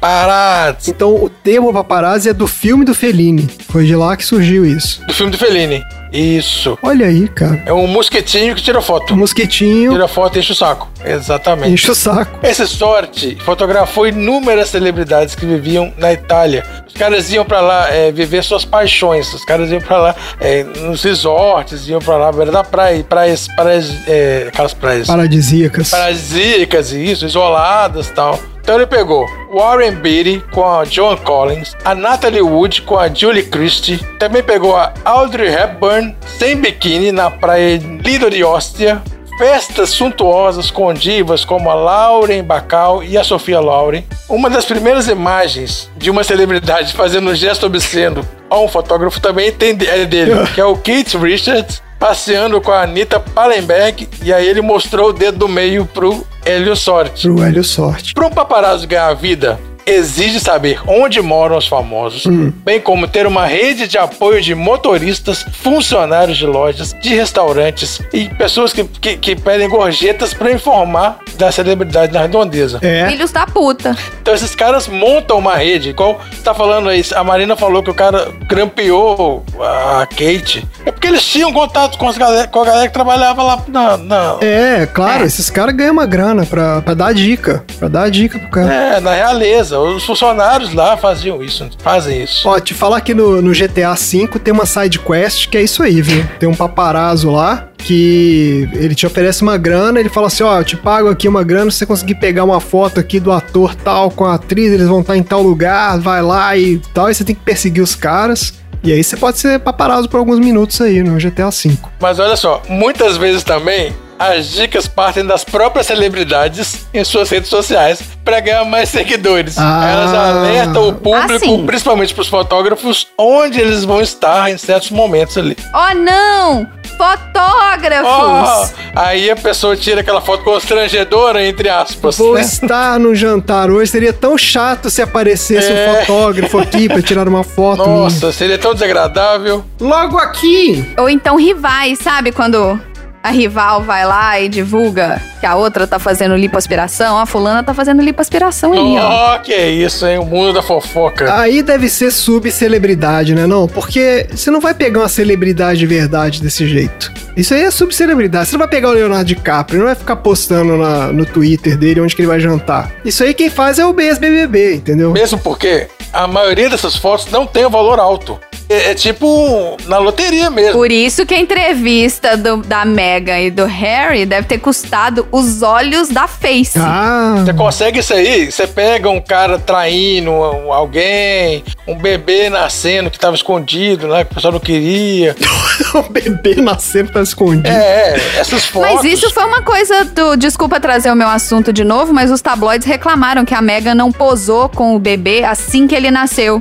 Speaker 2: paparazzi
Speaker 3: Então o termo paparazzi é do filme do Fellini. Foi de lá que surgiu isso.
Speaker 2: do filme do Fellini. Isso.
Speaker 3: Olha aí, cara.
Speaker 2: É um mosquitinho que tira
Speaker 3: O
Speaker 2: foto.
Speaker 3: mosquitinho
Speaker 2: Tira foto e enche o saco. Exatamente.
Speaker 3: enche o saco.
Speaker 2: Esse sorte fotografou inúmeras celebridades que viviam na Itália. Os caras iam pra lá é, viver suas paixões. Os caras iam pra lá é, nos resorts, iam pra lá à beira da praia, praias, praias, é, aquelas praias
Speaker 3: Paradisíacas.
Speaker 2: paradisíacas e isso, isoladas e tal. Então ele pegou Warren Beatty com a Joan Collins, a Natalie Wood com a Julie Christie, também pegou a Audrey Hepburn sem biquíni na praia Lido de Ostia, festas suntuosas com divas como a Lauren Bacall e a Sofia Lauren. Uma das primeiras imagens de uma celebridade fazendo um gesto obsceno a um fotógrafo também tem de- é dele, que é o Keith Richards, passeando com a Anitta Palenberg, e aí ele mostrou o dedo do meio pro Hélio Sorte.
Speaker 3: Pro Hélio Sorte.
Speaker 2: Para um paparazzo ganhar vida, exige saber onde moram os famosos, bem como ter uma rede de apoio de motoristas, funcionários de lojas, de restaurantes e pessoas que, que, que pedem gorjetas para informar da celebridade na redondeza.
Speaker 3: É.
Speaker 4: Filhos da puta.
Speaker 2: Então esses caras montam uma rede, igual você tá falando aí, a Marina falou que o cara grampeou a Kate. É porque eles tinham contato com, as galera, com a galera que trabalhava lá na. na
Speaker 3: É, claro, esses caras ganham uma grana pra, pra dar dica. Pra dar dica pro cara.
Speaker 2: é, na realeza. Os funcionários lá faziam isso, fazem isso.
Speaker 3: Ó, te falar que no, no GTA V tem uma side quest que é isso aí, viu? Tem um paparazzo lá que ele te oferece uma grana, ele fala assim, ó, eu te pago aqui uma grana se você conseguir pegar uma foto aqui do ator tal com a atriz, eles vão estar em tal lugar, vai lá e tal, e você tem que perseguir os caras. E aí você pode ser paparazzo por alguns minutos aí no GTA V.
Speaker 2: Mas olha só, muitas vezes também as dicas partem das próprias celebridades em suas redes sociais para ganhar mais seguidores.
Speaker 3: Ah.
Speaker 2: Elas alertam o público,
Speaker 4: Ah, sim.
Speaker 2: principalmente para os fotógrafos, onde eles vão estar em certos momentos ali.
Speaker 4: Oh, não!
Speaker 2: Ó,
Speaker 4: Fotógrafos!
Speaker 2: Ah, aí a pessoa tira aquela foto constrangedora, entre aspas.
Speaker 3: Vou
Speaker 2: né?
Speaker 3: estar no jantar hoje, seria tão chato se aparecesse um
Speaker 2: É.
Speaker 3: fotógrafo aqui pra tirar uma foto.
Speaker 2: Nossa, seria tão desagradável.
Speaker 1: Logo aqui,
Speaker 4: Ou então rivais, sabe? Quando a rival vai lá e divulga que a outra tá fazendo lipoaspiração. A fulana tá fazendo lipoaspiração aí, ó. Ah.
Speaker 2: Ó, que isso, hein? O mundo da fofoca.
Speaker 3: Aí deve ser subcelebridade, né? Não, porque você não vai pegar uma celebridade de verdade desse jeito. Isso aí é subcelebridade. Você não vai pegar o Leonardo DiCaprio, não vai ficar postando na- no Twitter dele onde que ele vai jantar. Isso aí quem faz é o BSBBB, entendeu?
Speaker 2: Mesmo porque a maioria dessas fotos não tem um valor alto. É, é tipo na loteria mesmo.
Speaker 4: Por isso que a entrevista do- da Megan e do Harry deve ter custado os olhos da Face.
Speaker 3: Ah, *laughs*
Speaker 2: Você consegue isso aí? Você pega um cara traindo um- alguém, um bebê nascendo que tava escondido, né? Que o pessoal não queria.
Speaker 3: o bebê nascendo tá escondido.
Speaker 2: É, é essas fotos.
Speaker 4: Mas isso foi uma coisa do. Desculpa trazer o meu assunto de novo, mas os tabloides reclamaram que a Megan não posou com o bebê assim que ele nasceu.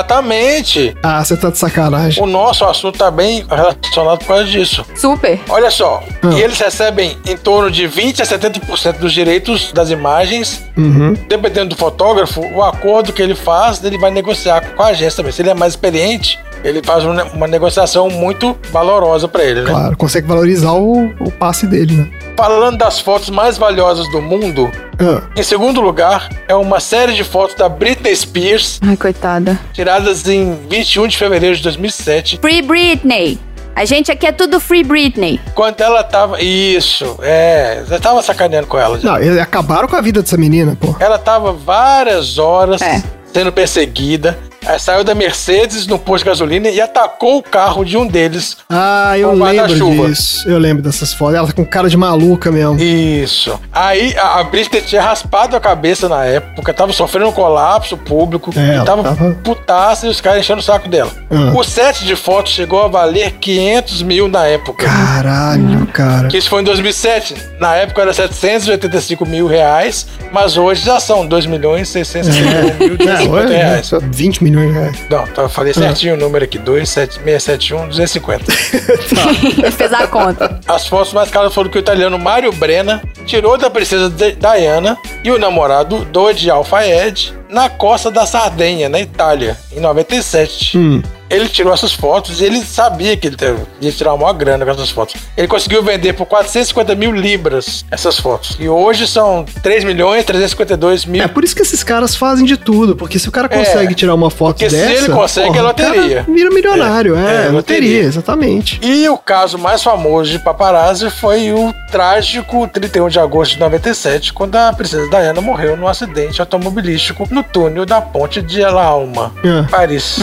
Speaker 2: Exatamente.
Speaker 3: Ah, você tá de sacanagem.
Speaker 2: O nosso assunto tá bem relacionado por causa disso.
Speaker 4: Super.
Speaker 2: Olha só, e eles recebem em torno de 20 a 70% dos direitos das imagens.
Speaker 3: Uhum.
Speaker 2: Dependendo do fotógrafo, o acordo que ele faz, ele vai negociar com a agência também. Se ele é mais experiente, ele faz uma, uma negociação muito valorosa para ele, né?
Speaker 3: Claro, consegue valorizar o, o passe dele, né?
Speaker 2: Falando das fotos mais valiosas do mundo,
Speaker 3: Ah,
Speaker 2: em segundo lugar, é uma série de fotos da Britney Spears,
Speaker 4: Ai, coitada.
Speaker 2: tiradas em 21 de fevereiro de 2007,
Speaker 4: Free Britney. A gente aqui é tudo Free Britney.
Speaker 2: quando ela tava. Isso, é. Já tava sacaneando com ela. já.
Speaker 3: não, eles acabaram com a vida dessa menina, pô.
Speaker 2: Ela tava várias horas
Speaker 4: É.
Speaker 2: sendo perseguida. Aí saiu da Mercedes no posto de gasolina e atacou o carro de um deles.
Speaker 3: Ah, eu
Speaker 2: Com
Speaker 3: lembro
Speaker 2: guarda-chuva.
Speaker 3: disso. Eu lembro dessas fotos. Ela tá com cara de maluca mesmo.
Speaker 2: Isso. Aí a a Britney tinha raspado a cabeça na época, tava sofrendo um colapso público,
Speaker 3: É,
Speaker 2: e
Speaker 3: ela
Speaker 2: tava,
Speaker 3: tava-
Speaker 2: putaça e os caras enchendo o saco dela.
Speaker 3: Ah.
Speaker 2: O set de fotos chegou a valer 500 mil na época.
Speaker 3: Caralho, cara.
Speaker 2: Que isso foi em 2007. Na época era 785 mil reais, mas hoje já são 2 milhões e 651 mil
Speaker 3: É, hoje, né,
Speaker 2: reais.
Speaker 3: só 20 milhões de reais.
Speaker 2: Não, então eu falei certinho o número aqui: 27671, 250.
Speaker 4: Fez a conta. *laughs*
Speaker 2: As fotos mais caras foram que o italiano Mario Brena tirou da princesa D- Diana e o namorado Dodi Alfaed na costa da Sardenha, na Itália, em 97.
Speaker 3: Hum.
Speaker 2: Ele tirou essas fotos e ele sabia que ele teve- ia tirar uma maior grana com essas fotos. Ele conseguiu vender por 450 mil libras essas fotos. E hoje são 3 milhões 352 mil.
Speaker 3: É por isso que esses caras fazem de tudo, porque se o cara
Speaker 2: É,
Speaker 3: consegue tirar uma foto
Speaker 2: porque se
Speaker 3: dessa.
Speaker 2: ele consegue, é
Speaker 3: o cara
Speaker 2: loteria.
Speaker 3: Vira milionário, é,
Speaker 2: É, é,
Speaker 3: loteria,
Speaker 2: loteria.
Speaker 3: exatamente.
Speaker 2: E o caso mais famoso de paparazzi foi o trágico 31 de agosto de 97, quando a princesa Diana morreu num acidente automobilístico no túnel da ponte de La Alma,
Speaker 3: É.
Speaker 2: Paris.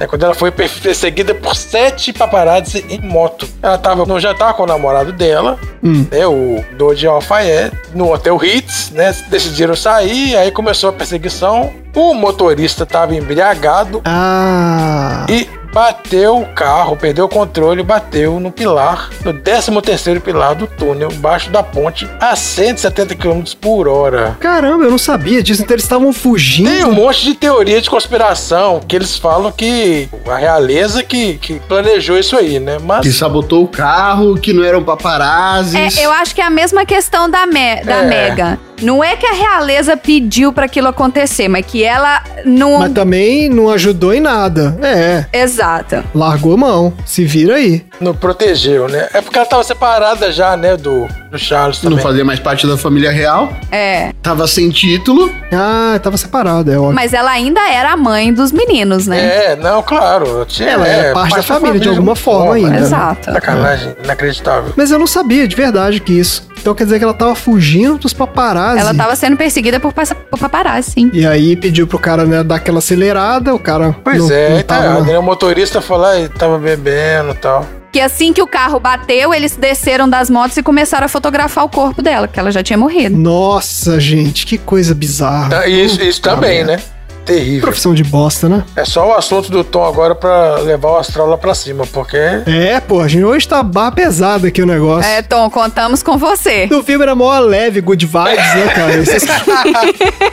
Speaker 2: É quando ela foi per- perseguida por sete paparazzi em moto. Ela estava no jantar com o namorado dela,
Speaker 3: Hum.
Speaker 2: né, o Dodi Alfaé, no Hotel Ritz, né, decidiram sair, aí começou a perseguição. O motorista estava embriagado,
Speaker 3: Ah.
Speaker 2: e bateu o carro, perdeu o controle, bateu no pilar, no 13º pilar do túnel, embaixo da ponte, a 170 km por hora.
Speaker 3: Caramba, eu não sabia disso, então eles estavam
Speaker 2: Tem um
Speaker 3: fugindo.
Speaker 2: monte de teoria de conspiração que eles falam que a realeza que, que planejou isso aí, né?
Speaker 1: Que
Speaker 2: Mas
Speaker 1: sabotou o carro, que não eram paparazzis.
Speaker 4: Assim. É, eu acho que é a mesma questão da, Me da
Speaker 2: É.
Speaker 4: Mega. Não é que a realeza pediu pra aquilo acontecer, mas que ela
Speaker 2: um-
Speaker 4: não.
Speaker 3: Mas também não ajudou em nada. É,
Speaker 4: Exato.
Speaker 3: largou mão. Se vira aí.
Speaker 2: não protegeu, né? É porque ela tava separada já, né, do, do Charles
Speaker 1: Não
Speaker 2: também.
Speaker 1: fazia mais parte da família real.
Speaker 4: É.
Speaker 1: Tava sem título.
Speaker 3: Ah, tava separado, é óbvio.
Speaker 4: Mas ela ainda era a mãe dos meninos, né?
Speaker 2: É, não, claro. Tinha,
Speaker 3: Ela era
Speaker 2: é,
Speaker 3: parte da família, de alguma forma ainda, né?
Speaker 4: Exato.
Speaker 2: Tá Sacanagem, inacreditável.
Speaker 3: Mas eu não sabia de verdade que isso. Então quer dizer que ela tava fugindo dos paparazzi.
Speaker 4: Ela tava sendo perseguida por, passa- por paparazzi, sim.
Speaker 3: E aí pediu pro cara né, dar aquela acelerada, o cara.
Speaker 2: Pois
Speaker 3: não-
Speaker 2: é,
Speaker 3: não
Speaker 2: tá
Speaker 3: tava-
Speaker 2: errado, né? O motorista foi lá e tava bebendo e tal.
Speaker 4: Que assim que o carro bateu, eles desceram das motos e começaram a fotografar o corpo dela, que ela já tinha morrido.
Speaker 3: Nossa, gente, que coisa bizarra.
Speaker 2: Tá, e isso, isso
Speaker 3: Puta
Speaker 2: também,
Speaker 3: merda.
Speaker 2: né? Terrível.
Speaker 3: Profissão de bosta, né?
Speaker 2: É só o assunto do Tom agora pra levar o astral lá pra cima, porque.
Speaker 3: É, pô, a gente hoje tá barra pesada aqui o negócio.
Speaker 4: É, Tom, contamos
Speaker 3: *laughs*
Speaker 4: com você.
Speaker 3: No filme era mó leve, good vibes, né,
Speaker 2: *laughs*
Speaker 3: cara? Vocês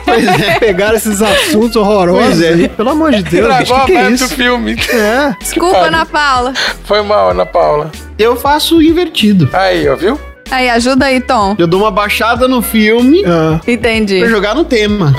Speaker 1: Pois é.
Speaker 3: pegaram esses assuntos horrorosos
Speaker 1: Pois é.
Speaker 3: aí, pelo amor de Deus, bicho, que, que é
Speaker 2: do
Speaker 3: isso?
Speaker 2: filme.
Speaker 3: É,
Speaker 4: Desculpa,
Speaker 2: pariu.
Speaker 4: Ana Paula.
Speaker 2: Foi mal, Ana Paula.
Speaker 1: Eu faço invertido.
Speaker 2: Aí, ó, viu?
Speaker 4: Aí, ajuda aí, Tom.
Speaker 1: Eu dou uma baixada no filme
Speaker 3: ah,
Speaker 4: Entendi.
Speaker 1: pra jogar no tema.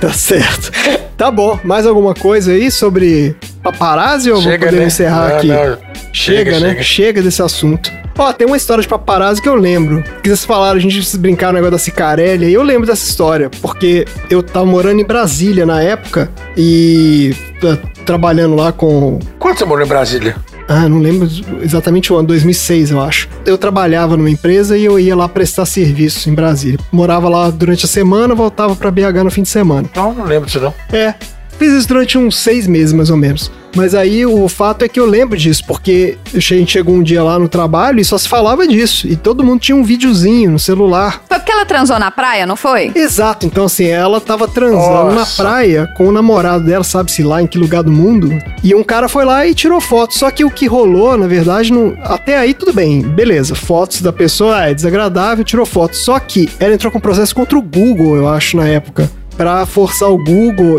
Speaker 3: tá certo. Tá bom, mais alguma coisa aí sobre paparazzi ou vou poder encerrar
Speaker 2: né? Não,
Speaker 3: aqui?
Speaker 2: não.
Speaker 3: Chega, né? Chega. desse assunto. Ó, tem uma história de paparazzi que eu lembro. Que vocês falaram, a gente brincar no negócio da Cicarelli, aí eu lembro dessa história, porque eu tava morando em Brasília na época e tá trabalhando lá com.
Speaker 2: Quanto você morou em Brasília?
Speaker 3: Ah, não lembro exatamente o ano, 2006, eu acho. Eu trabalhava numa empresa e eu ia lá prestar serviço em Brasília. Morava lá durante a semana, voltava pra BH no fim de semana.
Speaker 2: Não, não lembro disso, não.
Speaker 3: É, fiz isso durante uns seis meses, mais ou menos. Mas aí o fato é que eu lembro disso, porque a gente chegou um dia lá no trabalho e só se falava disso. E todo mundo tinha um videozinho no celular.
Speaker 4: Foi porque ela transou na praia, não foi?
Speaker 3: Exato, então assim, ela tava transando
Speaker 2: Nossa.
Speaker 3: na praia com o namorado dela, sabe-se lá em que lugar do mundo. E um cara foi lá e tirou foto. Só que o que rolou, na verdade, não... até aí tudo bem, beleza. Fotos da pessoa ah, é desagradável, tirou foto. Só que ela entrou com um processo contra o Google, eu acho, na época. Pra forçar o Google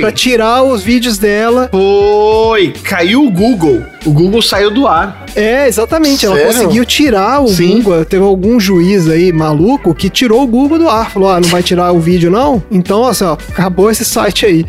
Speaker 3: Pra
Speaker 1: Foi,
Speaker 3: tirar os vídeos dela.
Speaker 1: foi. Caiu o Google. O Google saiu do ar.
Speaker 3: É, exatamente. Ela
Speaker 2: Sério?
Speaker 3: conseguiu tirar o
Speaker 1: Sim.
Speaker 3: Google. Teve algum juiz aí maluco que tirou o Google do ar. Falou: ah, não vai tirar o vídeo, não? Então, assim, ó, acabou esse site aí.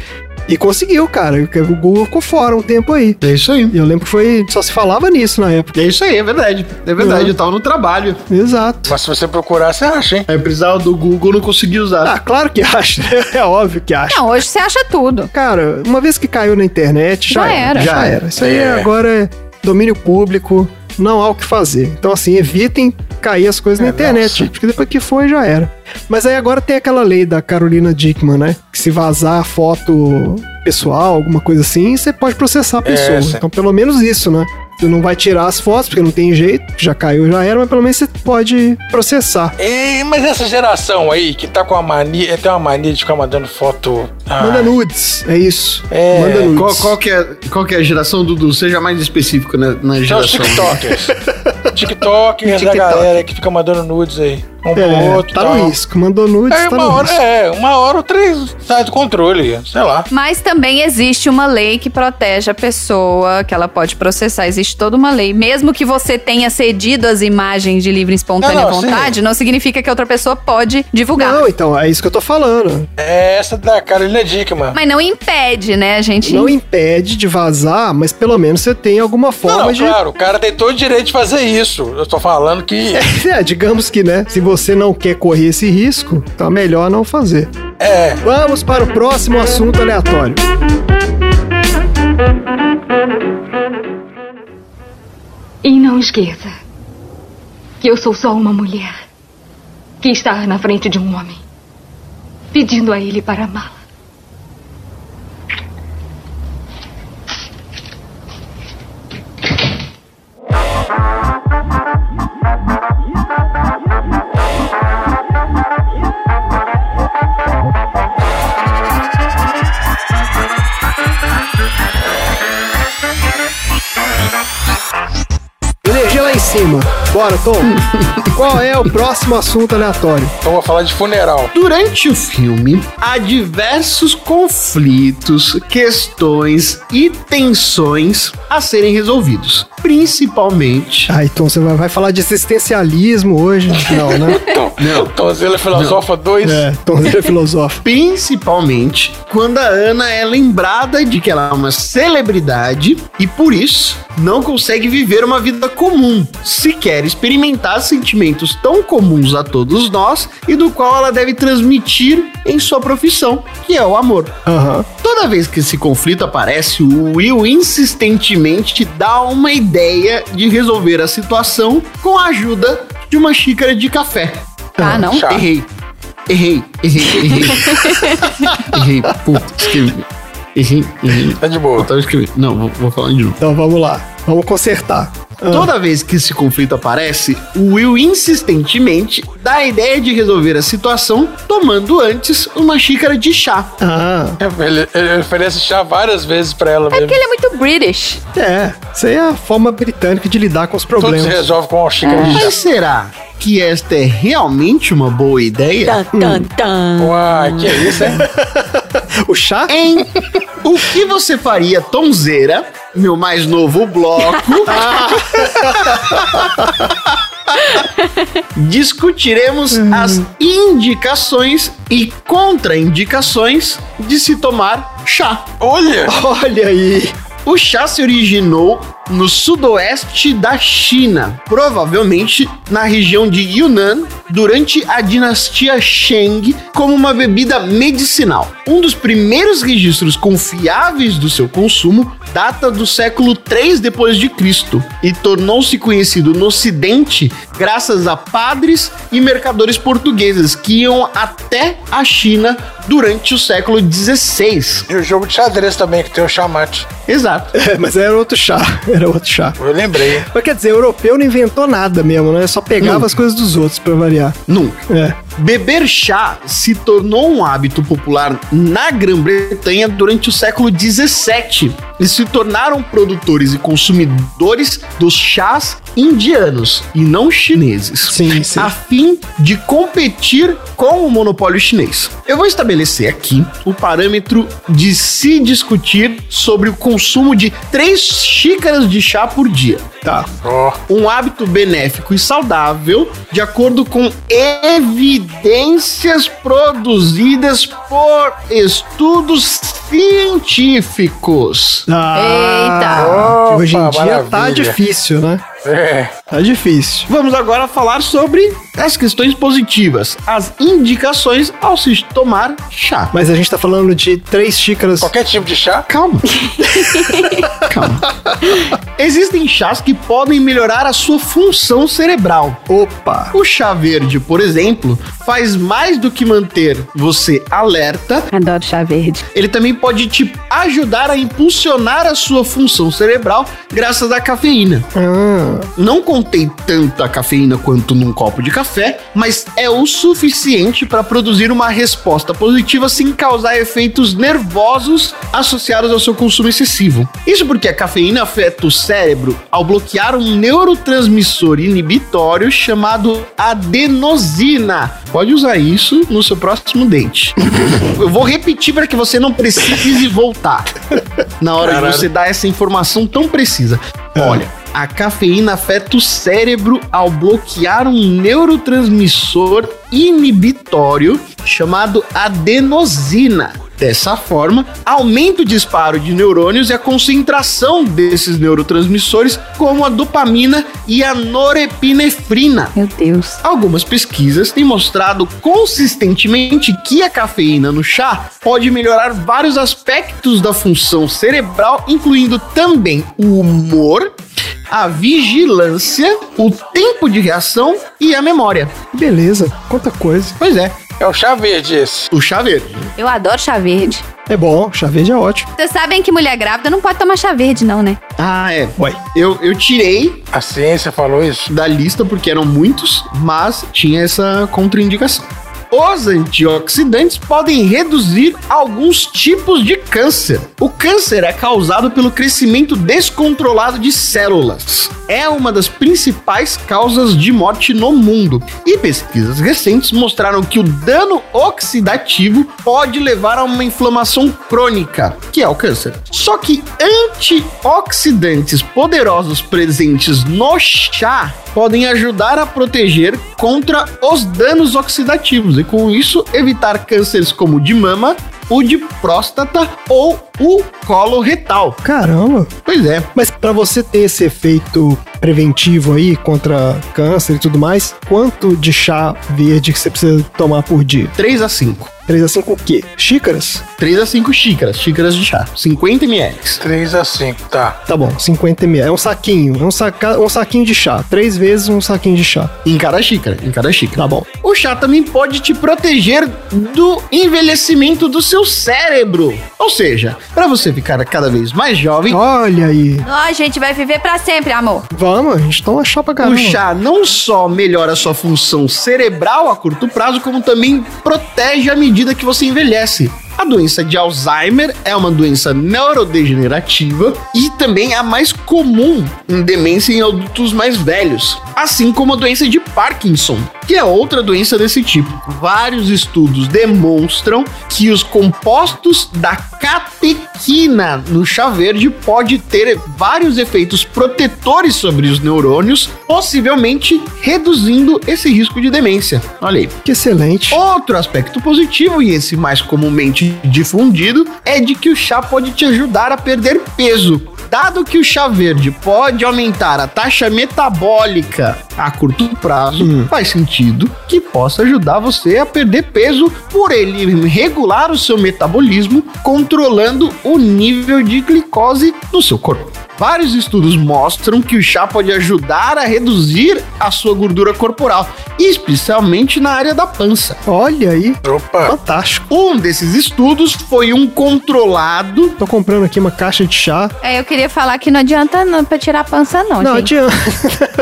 Speaker 3: E conseguiu, cara. O Google ficou fora um tempo aí.
Speaker 1: É isso aí.
Speaker 3: E eu lembro que foi. Só se falava nisso na época.
Speaker 1: É isso aí, é verdade. É verdade,
Speaker 3: Uhum.
Speaker 1: eu tava no trabalho.
Speaker 3: Exato.
Speaker 2: Mas se você procurar, você acha, hein?
Speaker 1: Aí eu precisava do Google, não consegui usar.
Speaker 3: Ah, claro que *laughs* acha. É óbvio que acha.
Speaker 4: Não, hoje você acha tudo.
Speaker 3: Cara, uma vez que caiu na internet, já,
Speaker 4: Já
Speaker 3: era.
Speaker 4: era.
Speaker 3: Já
Speaker 1: Já
Speaker 3: era. Isso aí
Speaker 2: É.
Speaker 3: agora é domínio público, não há o que fazer. Então, assim, evitem cair as coisas na
Speaker 2: É,
Speaker 3: internet,
Speaker 2: nossa.
Speaker 3: porque depois que foi, já era. Mas aí agora tem aquela lei da Carolina Dickman, né? Que se vazar foto pessoal, alguma coisa assim, você pode processar a pessoa.
Speaker 2: É, sim.
Speaker 3: então, pelo menos isso, né? Você não vai tirar as fotos, porque não tem jeito, já caiu, já era, mas pelo menos você pode processar.
Speaker 2: E, mas essa geração aí que tá com a mania, tem uma mania de ficar mandando foto
Speaker 3: Manda nudes, é isso.
Speaker 2: É,
Speaker 4: Ah,
Speaker 3: Manda nudes.
Speaker 1: Qual, qual que é, qual que é a geração, Dudu? Seja mais específico na, na
Speaker 2: São os
Speaker 1: geração.
Speaker 2: TikTokers. Tiktok, essa
Speaker 3: *laughs*
Speaker 1: TikTok.
Speaker 2: galera que fica mandando nudes aí. Um pro
Speaker 3: É,
Speaker 2: outro.
Speaker 3: tá
Speaker 2: tal.
Speaker 3: no risco. Mandou nudes,
Speaker 2: Aí
Speaker 3: tá
Speaker 2: uma
Speaker 3: no
Speaker 2: hora,
Speaker 3: risco.
Speaker 2: é, uma hora ou três sai do controle, sei lá.
Speaker 4: Mas também existe uma lei que protege a pessoa, que ela pode processar. Existe toda uma lei. Mesmo que você tenha cedido as imagens de livre e espontânea
Speaker 2: Não, não,
Speaker 4: vontade, não significa que outra pessoa pode
Speaker 2: Tá.
Speaker 4: divulgar.
Speaker 3: Ah, Não, então, é isso que eu tô falando.
Speaker 2: É essa da Carolina Dickman.
Speaker 4: Mas não impede, né, a gente?
Speaker 3: Não impede de vazar, mas pelo menos você tem alguma forma
Speaker 2: Não, não,
Speaker 3: de.
Speaker 2: claro, o cara tem todo o direito de fazer isso. Eu tô falando que
Speaker 3: *laughs* É, digamos que, né? Se você não quer correr esse risco, então é melhor não fazer.
Speaker 2: é.
Speaker 3: Vamos para o próximo assunto aleatório.
Speaker 5: E não esqueça que eu sou só uma mulher que está na frente de um homem, pedindo a ele para amá-la.
Speaker 3: Energia lá em cima. Bora,
Speaker 2: *laughs*
Speaker 3: Tom. Qual é o próximo assunto aleatório?
Speaker 2: Eu vou falar de funeral.
Speaker 1: Durante o filme, há diversos conflitos, questões e tensões a serem resolvidos. Principalmente.
Speaker 3: Ah, então você vai, vai falar de existencialismo hoje? Não,
Speaker 2: *laughs*
Speaker 3: né?
Speaker 1: Não.
Speaker 2: Tonzila Filosofa 2.
Speaker 3: É, Tomzinho é filosófico.
Speaker 1: Principalmente quando a Ana é lembrada de que ela é uma celebridade e por isso não consegue viver uma vida comum, sequer experimentar sentimentos tão comuns a todos nós e do qual ela deve transmitir em sua profissão, que é o amor.
Speaker 3: Aham.
Speaker 1: Toda vez que esse conflito aparece, o Will insistentemente dá uma ideia de resolver a situação com a ajuda de uma xícara de café.
Speaker 4: Ah, não?
Speaker 2: Chato.
Speaker 1: Errei. Errei, errei, errei. errei, puta, escrevi. Errei, errei.
Speaker 2: Tá de boa.
Speaker 1: Eu tava escrevendo. Não, vou, vou falar de novo.
Speaker 3: Então vamos lá. Vamos consertar. Ah,
Speaker 1: Toda vez que esse conflito aparece, o Will insistentemente dá a ideia de resolver a situação tomando antes uma xícara de chá.
Speaker 3: ah,
Speaker 2: Ele, ele oferece chá várias vezes pra ela
Speaker 4: É
Speaker 2: mesmo.
Speaker 4: porque ele é muito British.
Speaker 3: é. Isso aí é a forma britânica de lidar com os
Speaker 2: Tudo se
Speaker 3: problemas.
Speaker 2: resolve com uma xícara
Speaker 3: É.
Speaker 2: de chá.
Speaker 1: Mas será que esta é realmente uma boa ideia?
Speaker 2: Uai, Ah, que é isso, hein?
Speaker 3: O chá?
Speaker 1: Hein? O que você faria, Tonzeira? Meu mais novo bloco. Discutiremos as indicações e contraindicações de se tomar chá.
Speaker 2: Olha!
Speaker 3: Olha aí.
Speaker 1: O chá se originou no sudoeste da China, provavelmente na região de Yunnan, durante a dinastia Sheng, como uma bebida medicinal. Um dos primeiros registros confiáveis do seu consumo data do século 3 depois de Cristo e tornou-se conhecido no ocidente graças a padres e mercadores portugueses que iam até a China durante o século 16.
Speaker 2: E o jogo de xadrez também, que tem o chamate.
Speaker 1: Exato.
Speaker 3: É, *laughs* mas era outro chá. Era outro chá.
Speaker 2: Eu lembrei.
Speaker 3: Mas quer dizer, o europeu não inventou nada mesmo, né? Só pegava
Speaker 1: Nunca.
Speaker 3: as coisas dos outros pra variar.
Speaker 1: Nunca.
Speaker 3: É.
Speaker 1: Beber chá se tornou um hábito popular na Grã-Bretanha durante o século 17 e se tornaram produtores e consumidores dos chás indianos e não chineses
Speaker 3: Sim, sim.
Speaker 1: a fim de competir com o monopólio chinês. Eu vou estabelecer aqui o parâmetro de se discutir sobre o consumo de três xícaras de chá por dia. Tá. Um hábito benéfico e saudável, de acordo com evidências produzidas por estudos científicos.
Speaker 3: Ah,
Speaker 2: Eita.
Speaker 3: Hoje em
Speaker 2: Opa,
Speaker 3: dia tá
Speaker 2: maravilha.
Speaker 3: difícil, né?
Speaker 2: É.
Speaker 3: Tá difícil.
Speaker 1: Vamos agora falar sobre as questões positivas, as indicações ao se tomar chá.
Speaker 3: Mas a gente tá falando de três xícaras.
Speaker 2: Qualquer tipo de chá?
Speaker 1: Calma. Calma. Existem chás que podem melhorar a sua função cerebral.
Speaker 3: Opa!
Speaker 1: O chá verde, por exemplo, faz mais do que manter você alerta,
Speaker 8: Adoro chá verde.
Speaker 1: ele também pode te ajudar a impulsionar a sua função cerebral graças à cafeína.
Speaker 3: Ah,
Speaker 1: Não contém tanta cafeína quanto num copo de café, mas é o suficiente para produzir uma resposta positiva sem causar efeitos nervosos associados ao seu consumo excessivo. Isso porque a cafeína afeta o cérebro ao bloquear um neurotransmissor inibitório chamado adenosina. Pode usar isso no seu próximo dente. *laughs* Eu vou repetir para que você não precise voltar na hora
Speaker 2: Caralho.
Speaker 1: de você dar essa informação tão precisa. Olha, a cafeína afeta o cérebro ao bloquear um neurotransmissor inibitório chamado adenosina. Dessa forma, aumenta o disparo de neurônios e a concentração desses neurotransmissores, como a dopamina e a norepinefrina.
Speaker 8: Meu Deus.
Speaker 1: Algumas pesquisas têm mostrado consistentemente que a cafeína no chá pode melhorar vários aspectos da função cerebral, incluindo também o humor, a vigilância, o tempo de reação e a memória.
Speaker 3: beleza, quanta coisa.
Speaker 1: Pois é,
Speaker 2: É o chá verde esse.
Speaker 1: o chá verde.
Speaker 8: Eu adoro chá verde.
Speaker 3: É bom, chá verde é ótimo.
Speaker 8: Vocês sabem que mulher grávida não pode tomar chá verde, não, né?
Speaker 1: Ah, é.
Speaker 3: Ué,
Speaker 1: Eu, eu tirei
Speaker 2: A ciência falou isso.
Speaker 1: da lista porque eram muitos, mas tinha essa contraindicação. Os antioxidantes podem reduzir alguns tipos de câncer. O câncer é causado pelo crescimento descontrolado de células. É uma das principais causas de morte no mundo. E pesquisas recentes mostraram que o dano oxidativo pode levar a uma inflamação crônica, que é o câncer. Só que antioxidantes poderosos presentes no chá podem ajudar a proteger contra os danos oxidativos e com isso evitar cânceres como o de mama, o de próstata ou o colo retal.
Speaker 3: caramba.
Speaker 1: Pois é,
Speaker 3: Mas pra você ter esse efeito preventivo aí contra câncer e tudo mais, quanto de chá verde que você precisa tomar por dia?
Speaker 1: 3 a 5.
Speaker 3: 3 a 5 o quê? Xícaras?
Speaker 1: 3 a 5 xícaras, xícaras de chá, 50 ml.
Speaker 2: 3 a 5, tá.
Speaker 3: Tá bom, 50 ml. É um saquinho, é um, saca, um saquinho de chá. Três vezes um saquinho de chá.
Speaker 1: Em cada xícara, em cada xícara.
Speaker 3: Tá bom.
Speaker 1: O chá também pode te proteger do envelhecimento do seu cérebro. Ou seja, para você ficar cada vez mais jovem,
Speaker 3: Olha aí.
Speaker 4: Ó, a gente vai viver pra sempre, amor.
Speaker 3: Vamos, a gente toma chá pra caramba.
Speaker 1: o Um chá não só melhora a sua função cerebral a curto prazo, como também protege à medida que você envelhece. A doença de Alzheimer é uma doença neurodegenerativa e também a mais comum em demência em adultos mais velhos, assim como a doença de Parkinson, que é outra doença desse tipo. Vários estudos demonstram que os compostos da catequina no chá verde pode ter vários efeitos protetores sobre os neurônios, possivelmente reduzindo esse risco de demência. Olha aí.
Speaker 3: Que excelente.
Speaker 1: Outro aspecto positivo, e esse mais comumente difundido, é de que o chá pode te ajudar a perder peso. Dado que o chá verde pode aumentar a taxa metabólica a curto prazo, faz sentido que possa ajudar você a perder peso por ele regular o seu metabolismo, controlando o nível de glicose no seu corpo. Vários estudos mostram que o chá pode ajudar a reduzir a sua gordura corporal, especialmente na área da pança.
Speaker 3: Olha aí.
Speaker 2: Opa.
Speaker 3: Fantástico.
Speaker 1: Um desses estudos foi um controlado.
Speaker 3: Tô comprando aqui uma caixa de chá.
Speaker 8: É, eu queria falar que não adianta não, pra tirar a pança, não,
Speaker 3: Não,
Speaker 8: gente.
Speaker 3: adianta.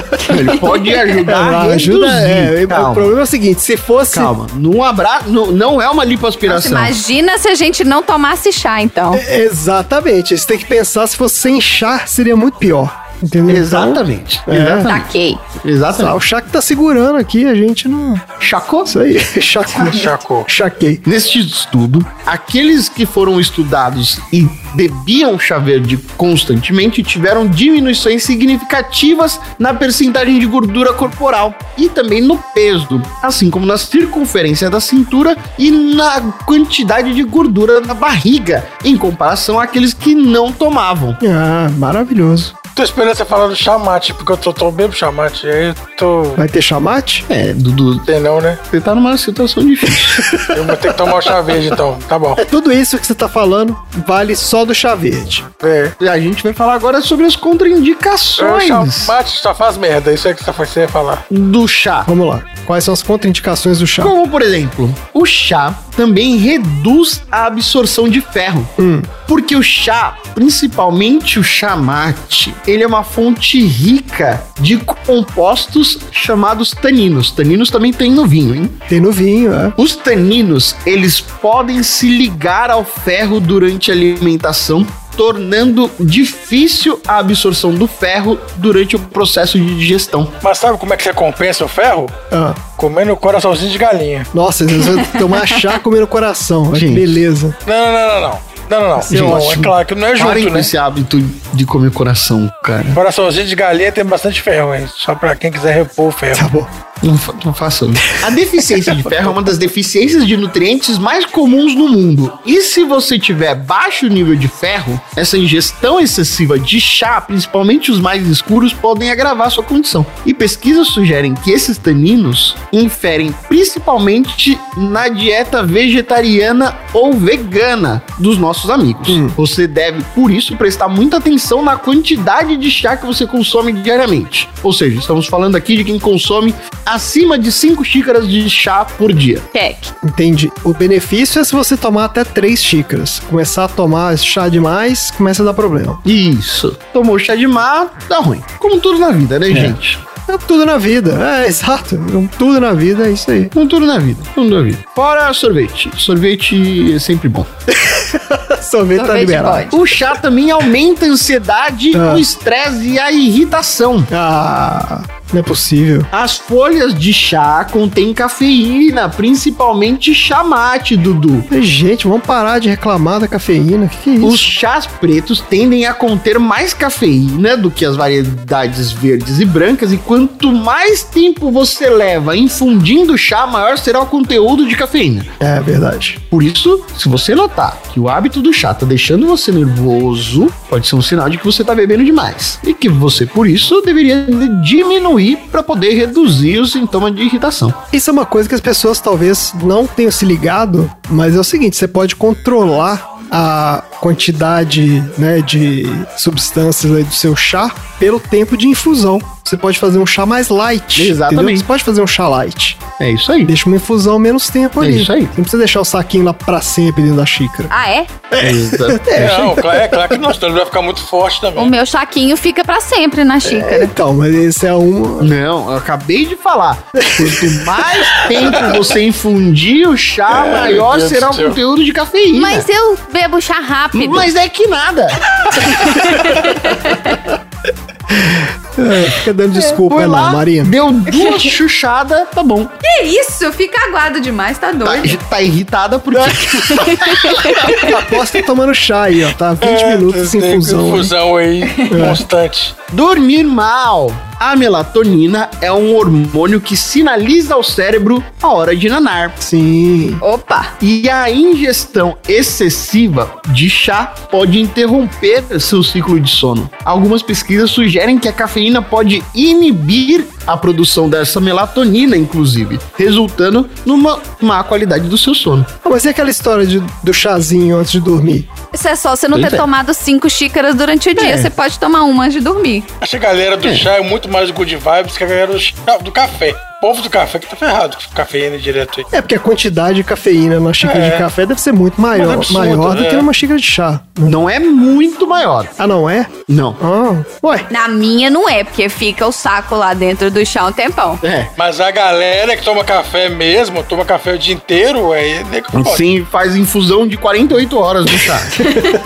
Speaker 1: *laughs* Ele pode ajudar a
Speaker 3: Ah,
Speaker 1: reduzir.
Speaker 3: ajuda. é, o
Speaker 1: calma,
Speaker 3: problema é o seguinte: se fosse.
Speaker 1: calma. Num abraço, não, não é uma lipoaspiração.
Speaker 8: Imagina se a gente não tomasse chá, então.
Speaker 3: Exatamente. Você tem que pensar se fosse sem chá, seria muito pior. Entendeu?
Speaker 1: Exatamente.
Speaker 3: É.
Speaker 1: Exatamente.
Speaker 8: Saquei.
Speaker 3: Então, ah, o
Speaker 1: Exatamente.
Speaker 3: chá que tá segurando aqui, a gente não.
Speaker 1: Chacou?
Speaker 3: Isso
Speaker 1: *laughs*
Speaker 3: aí. Chacou.
Speaker 2: Chacou.
Speaker 3: Chaquei.
Speaker 1: Neste estudo, aqueles que foram estudados e bebiam chá verde constantemente tiveram diminuições significativas na percentagem de gordura corporal e também no peso, assim como na circunferência da cintura e na quantidade de gordura na barriga, em comparação àqueles que não tomavam.
Speaker 3: Ah, maravilhoso.
Speaker 2: Tô esperando você falar do chamate, porque eu tô, tô bebo chamate. Aí eu tô.
Speaker 3: Vai ter chamate?
Speaker 1: É, Dudu,
Speaker 2: Tem não, né?
Speaker 1: você tá numa situação difícil.
Speaker 2: Eu vou ter que tomar o chá verde então. Tá bom.
Speaker 3: É tudo isso que você tá falando vale só do chá verde.
Speaker 2: É.
Speaker 1: A gente vai falar agora sobre as
Speaker 2: O
Speaker 1: contraindicações
Speaker 2: chamate só faz merda. Isso é que você ia falar.
Speaker 1: do chá.
Speaker 3: Vamos lá. Quais são as contraindicações do chá?
Speaker 2: Então,
Speaker 1: Como, por exemplo, o chá também reduz a absorção de ferro.
Speaker 2: Hum.
Speaker 1: Porque o chá, principalmente o chamate, ele é uma fonte rica de compostos chamados taninos. Taninos também tem no vinho, hein?
Speaker 3: Tem no vinho, é.
Speaker 1: Os taninos, eles podem se ligar ao ferro durante a alimentação, tornando difícil a absorção do ferro durante o processo de digestão.
Speaker 2: Mas sabe como é que você compensa o ferro?
Speaker 3: Ah,
Speaker 2: Comendo coraçãozinho de galinha.
Speaker 3: nossa, às *laughs* vezes eu tomar chá comendo coração. Olha que
Speaker 1: Gente.
Speaker 3: beleza.
Speaker 2: Não, não, não, não. não. Não, não, não.
Speaker 1: Gente,
Speaker 2: não, é claro que não é
Speaker 1: Parem
Speaker 2: junto,
Speaker 1: com
Speaker 2: né?
Speaker 1: esse hábito de comer coração, cara.
Speaker 2: Coraçãozinho de galinha tem bastante ferro, hein? Só pra quem quiser repor o ferro.
Speaker 3: Tá bom.
Speaker 1: Não, fa- não faça isso. A deficiência de ferro é uma das deficiências de nutrientes mais comuns no mundo. E se você tiver baixo nível de ferro, essa ingestão excessiva de chá, principalmente os mais escuros, podem agravar sua condição. E pesquisas sugerem que esses taninos inferem principalmente na dieta vegetariana ou vegana dos nossos amigos. Você deve, por isso, prestar muita atenção na quantidade de chá que você consome diariamente. Ou seja, estamos falando aqui de quem consome acima de 5 xícaras de chá por dia.
Speaker 4: Check.
Speaker 3: Entendi. O benefício é se você tomar até três xícaras. Começar a tomar chá demais, começa a dar problema.
Speaker 1: Isso. Tomou chá de mar, dá ruim. Como tudo na vida, né, gente?
Speaker 3: É tudo na vida. É, *laughs* exato. É Tudo na vida é isso *laughs* aí.
Speaker 1: Como tudo na vida, como tudo na vida. Fora sorvete. Sorvete é sempre bom.
Speaker 3: Sorvete tá
Speaker 4: Sorvete
Speaker 3: liberado.
Speaker 4: pode.
Speaker 1: O chá também aumenta a ansiedade,
Speaker 3: Ah.
Speaker 1: o estresse e a irritação.
Speaker 3: Ah, não é possível.
Speaker 1: As folhas de chá contêm cafeína, principalmente chamate, Dudu.
Speaker 3: Gente, vamos parar de reclamar da cafeína. Que que é isso?
Speaker 1: Os chás pretos tendem a conter mais cafeína do que as variedades verdes e brancas, e quanto mais tempo você leva infundindo o chá, maior será o conteúdo de cafeína.
Speaker 3: É verdade.
Speaker 1: Por isso, se você notar que o hábito do chá tá deixando você nervoso, pode ser um sinal de que você tá bebendo demais. E que você, por isso, deveria de- diminuir para poder reduzir os sintomas de irritação.
Speaker 3: Isso é uma coisa que as pessoas talvez não tenham se ligado, mas é o seguinte: você pode controlar a quantidade né, de substâncias aí do seu chá pelo tempo de infusão. Você pode fazer um chá mais light.
Speaker 1: Exatamente.
Speaker 3: entendeu? Você pode fazer um chá light.
Speaker 1: É isso aí.
Speaker 3: Deixa uma infusão menos tempo
Speaker 1: É
Speaker 3: ali.
Speaker 1: isso aí.
Speaker 3: Você não precisa deixar o saquinho lá pra sempre dentro da xícara.
Speaker 8: Ah, é?
Speaker 1: Exa-
Speaker 2: não, claro, é claro que não, senão ele vai ficar muito forte
Speaker 8: O
Speaker 1: É.
Speaker 2: também.
Speaker 8: meu chaquinho fica pra sempre na xícara.
Speaker 3: Então, mas esse é um.
Speaker 1: Não, eu acabei de falar. Quanto mais tempo você infundir o chá,
Speaker 2: Ai,
Speaker 1: maior
Speaker 2: meu Deus
Speaker 1: será
Speaker 2: do
Speaker 1: o
Speaker 2: céu.
Speaker 1: conteúdo de cafeína.
Speaker 8: Mas eu bebo chá rápido.
Speaker 1: Mas é que nada.
Speaker 3: É, fica dando desculpa,
Speaker 1: Foi
Speaker 3: não,
Speaker 1: lá,
Speaker 3: Marina.
Speaker 1: deu duas chuchadas, tá bom.
Speaker 8: é
Speaker 4: Que isso? Fica aguado demais, tá
Speaker 1: Tá,
Speaker 4: doido.
Speaker 1: tá irritada porque
Speaker 3: Aposta tomando chá aí, ó. Tá 20
Speaker 1: É,
Speaker 3: minutos sem
Speaker 2: É, Tem
Speaker 3: infusão. né?
Speaker 2: Infusão aí, constante.
Speaker 1: *laughs* Dormir mal. A melatonina é um hormônio que sinaliza ao cérebro a hora de nanar.
Speaker 3: Sim.
Speaker 1: Tá.
Speaker 4: Opa.
Speaker 1: E a ingestão excessiva de chá pode interromper seu ciclo de sono. Algumas pesquisas sugerem que a cafeína pode inibir a produção dessa melatonina, inclusive, resultando numa má qualidade do seu sono.
Speaker 3: Ah, mas e aquela história de- do chazinho antes de dormir?
Speaker 8: Isso é só você não
Speaker 1: Pois
Speaker 8: ter
Speaker 1: é.
Speaker 8: tomado cinco xícaras durante o dia. Você pode tomar uma antes de dormir.
Speaker 2: Acho que a galera do chá é muito mais good vibes que a galera do, chá, do café. O povo do café que tá ferrado com cafeína direto aí.
Speaker 3: É porque a quantidade de cafeína numa xícara
Speaker 2: É.
Speaker 3: de café deve ser muito maior,
Speaker 2: Mas é absurdo,
Speaker 3: maior do
Speaker 2: né?
Speaker 3: que numa xícara de chá.
Speaker 1: Não é muito maior.
Speaker 3: Ah, não é?
Speaker 1: Não.
Speaker 3: Ah, ué.
Speaker 8: Na minha não é, porque fica o saco lá dentro do chá um tempão.
Speaker 1: É.
Speaker 2: Mas a galera que toma café mesmo, toma café o dia inteiro, aí nem que pode.
Speaker 1: Assim faz infusão de 48 horas no chá.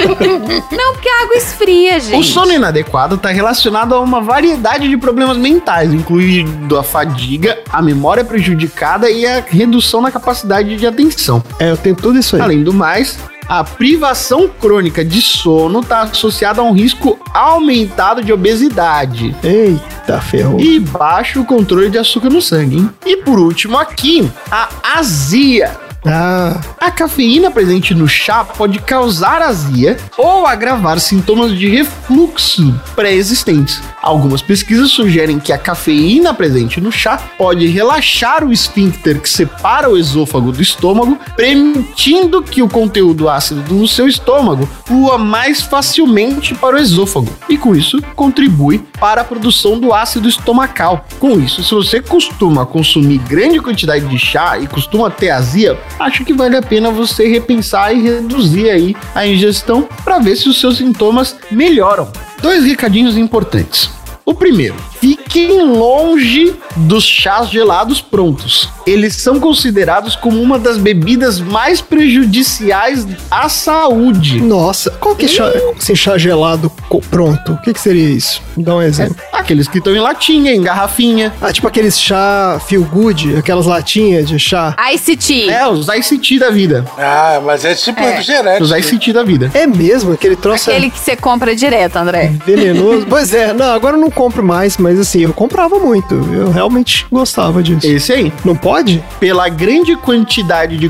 Speaker 8: Não, porque a água esfria, gente.
Speaker 1: O sono inadequado está relacionado a uma variedade de problemas mentais, incluindo a fadiga, a memória prejudicada e a redução na capacidade de atenção.
Speaker 3: É, eu tenho tudo isso aí.
Speaker 1: Além do mais, a privação crônica de sono está associada a um risco aumentado de obesidade
Speaker 3: Eita, ferrou.
Speaker 1: e baixo controle de açúcar no sangue. Hein? E por último aqui, a azia.
Speaker 3: Ah,
Speaker 1: A cafeína presente no chá pode causar azia ou agravar sintomas de refluxo pré-existentes. Algumas pesquisas sugerem que a cafeína presente no chá pode relaxar o esfíncter que separa o esôfago do estômago, permitindo que o conteúdo ácido do seu estômago flua mais facilmente para o esôfago e, com isso, contribui para a produção do ácido estomacal. Com isso, se você costuma consumir grande quantidade de chá e costuma ter azia, acho que vale a pena você repensar e reduzir aí a ingestão para ver se os seus sintomas melhoram. Dois recadinhos importantes. O primeiro, fiquem longe dos chás gelados prontos. Eles são considerados como uma das bebidas mais prejudiciais à saúde.
Speaker 3: nossa. Qual que é chá, assim, chá gelado co- pronto? O que, que seria isso? Me dá um exemplo.
Speaker 1: Aqueles que estão em latinha, em garrafinha.
Speaker 2: É.
Speaker 3: Ah, tipo aqueles chá feel good, aquelas latinhas de chá.
Speaker 8: Ice tea.
Speaker 1: É, os ice tea da vida.
Speaker 2: Ah, mas é tipo refrigerante.
Speaker 1: Os ice tea da vida.
Speaker 3: É mesmo? Aquele troço é
Speaker 8: Aquele que você compra direto, André.
Speaker 3: venenoso? *laughs* pois é, não, agora eu não compro mais, mas assim, eu comprava muito. Eu realmente gostava disso.
Speaker 1: Esse É aí.
Speaker 3: Não pode?
Speaker 1: Pela grande quantidade de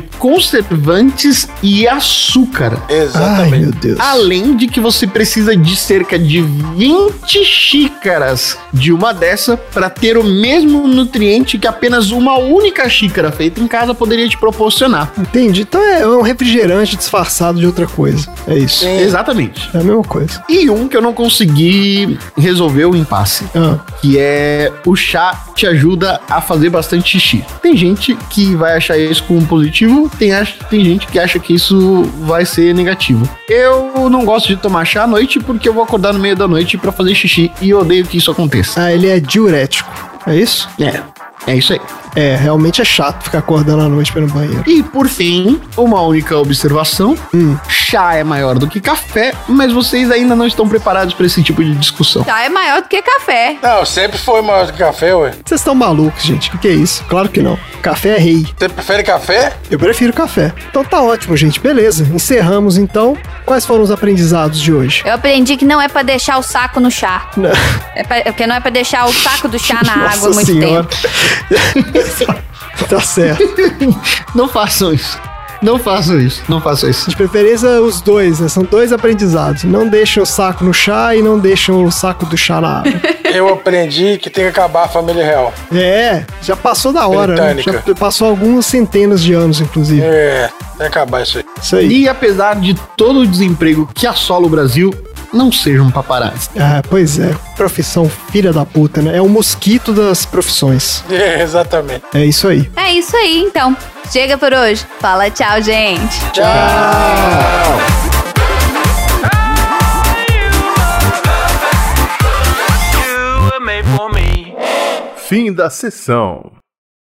Speaker 1: conservantes e açúcar.
Speaker 3: Ai,
Speaker 2: Exatamente.
Speaker 3: meu Deus.
Speaker 1: Além de que você precisa de cerca de 20 xícaras de uma dessa para ter o mesmo nutriente que apenas uma única xícara feita em casa poderia te proporcionar.
Speaker 3: Entendi. Então é um refrigerante disfarçado de outra coisa. É isso.
Speaker 1: Exatamente.
Speaker 3: É a mesma coisa.
Speaker 1: E um que eu não consegui resolver o impasse,
Speaker 3: Ah,
Speaker 1: que é o chá te ajuda a fazer bastante xixi. Tem gente que vai achar isso como positivo, tem, ach- tem gente que acha que isso vai ser negativo. Eu não gosto de tomar chá à noite porque eu vou acordar no meio da noite pra fazer xixi e eu odeio que isso aconteça.
Speaker 3: ah, ele é diurético. É isso?
Speaker 1: É, é isso aí.
Speaker 3: É, realmente é chato ficar acordando à noite pelo banheiro.
Speaker 1: E por fim, uma única observação: chá é maior do que café, mas vocês ainda não estão preparados pra esse tipo de discussão.
Speaker 8: Tá, é maior do que café.
Speaker 2: Não, sempre foi maior que café, ué.
Speaker 3: Vocês estão malucos, gente. O que, que é isso? Claro que não. Café é rei.
Speaker 2: Você prefere café?
Speaker 3: Eu prefiro café. Então tá ótimo, gente. Beleza. Encerramos então. Quais foram os aprendizados de hoje?
Speaker 8: Eu aprendi que não é pra deixar o saco no chá.
Speaker 3: Não.
Speaker 8: É pra- porque não é pra deixar o saco do chá
Speaker 3: *laughs*
Speaker 8: na
Speaker 3: Nossa
Speaker 8: água há muito
Speaker 3: senhora.
Speaker 8: tempo.
Speaker 3: *laughs* tá certo.
Speaker 1: *laughs* Não façam isso. Não façam isso. Não façam isso.
Speaker 3: De preferência, os dois, né? São dois aprendizados. Não deixam o saco no chá e não deixam o saco do chá na água.
Speaker 2: Eu aprendi que tem que acabar a família real.
Speaker 3: É, já passou da hora, né?
Speaker 2: Britânica.
Speaker 3: Já passou algumas centenas de anos, inclusive.
Speaker 2: É, tem que acabar isso aí. *laughs*
Speaker 3: Isso aí.
Speaker 1: E apesar de todo o desemprego que assola o Brasil, não sejam paparazzi.
Speaker 3: Ah, pois é. Profissão filha da puta, né? É o mosquito das profissões.
Speaker 2: É, exatamente.
Speaker 3: É isso aí.
Speaker 8: É isso aí, então. Chega por hoje. Fala tchau, gente.
Speaker 9: You were made for me.
Speaker 7: Fim da sessão.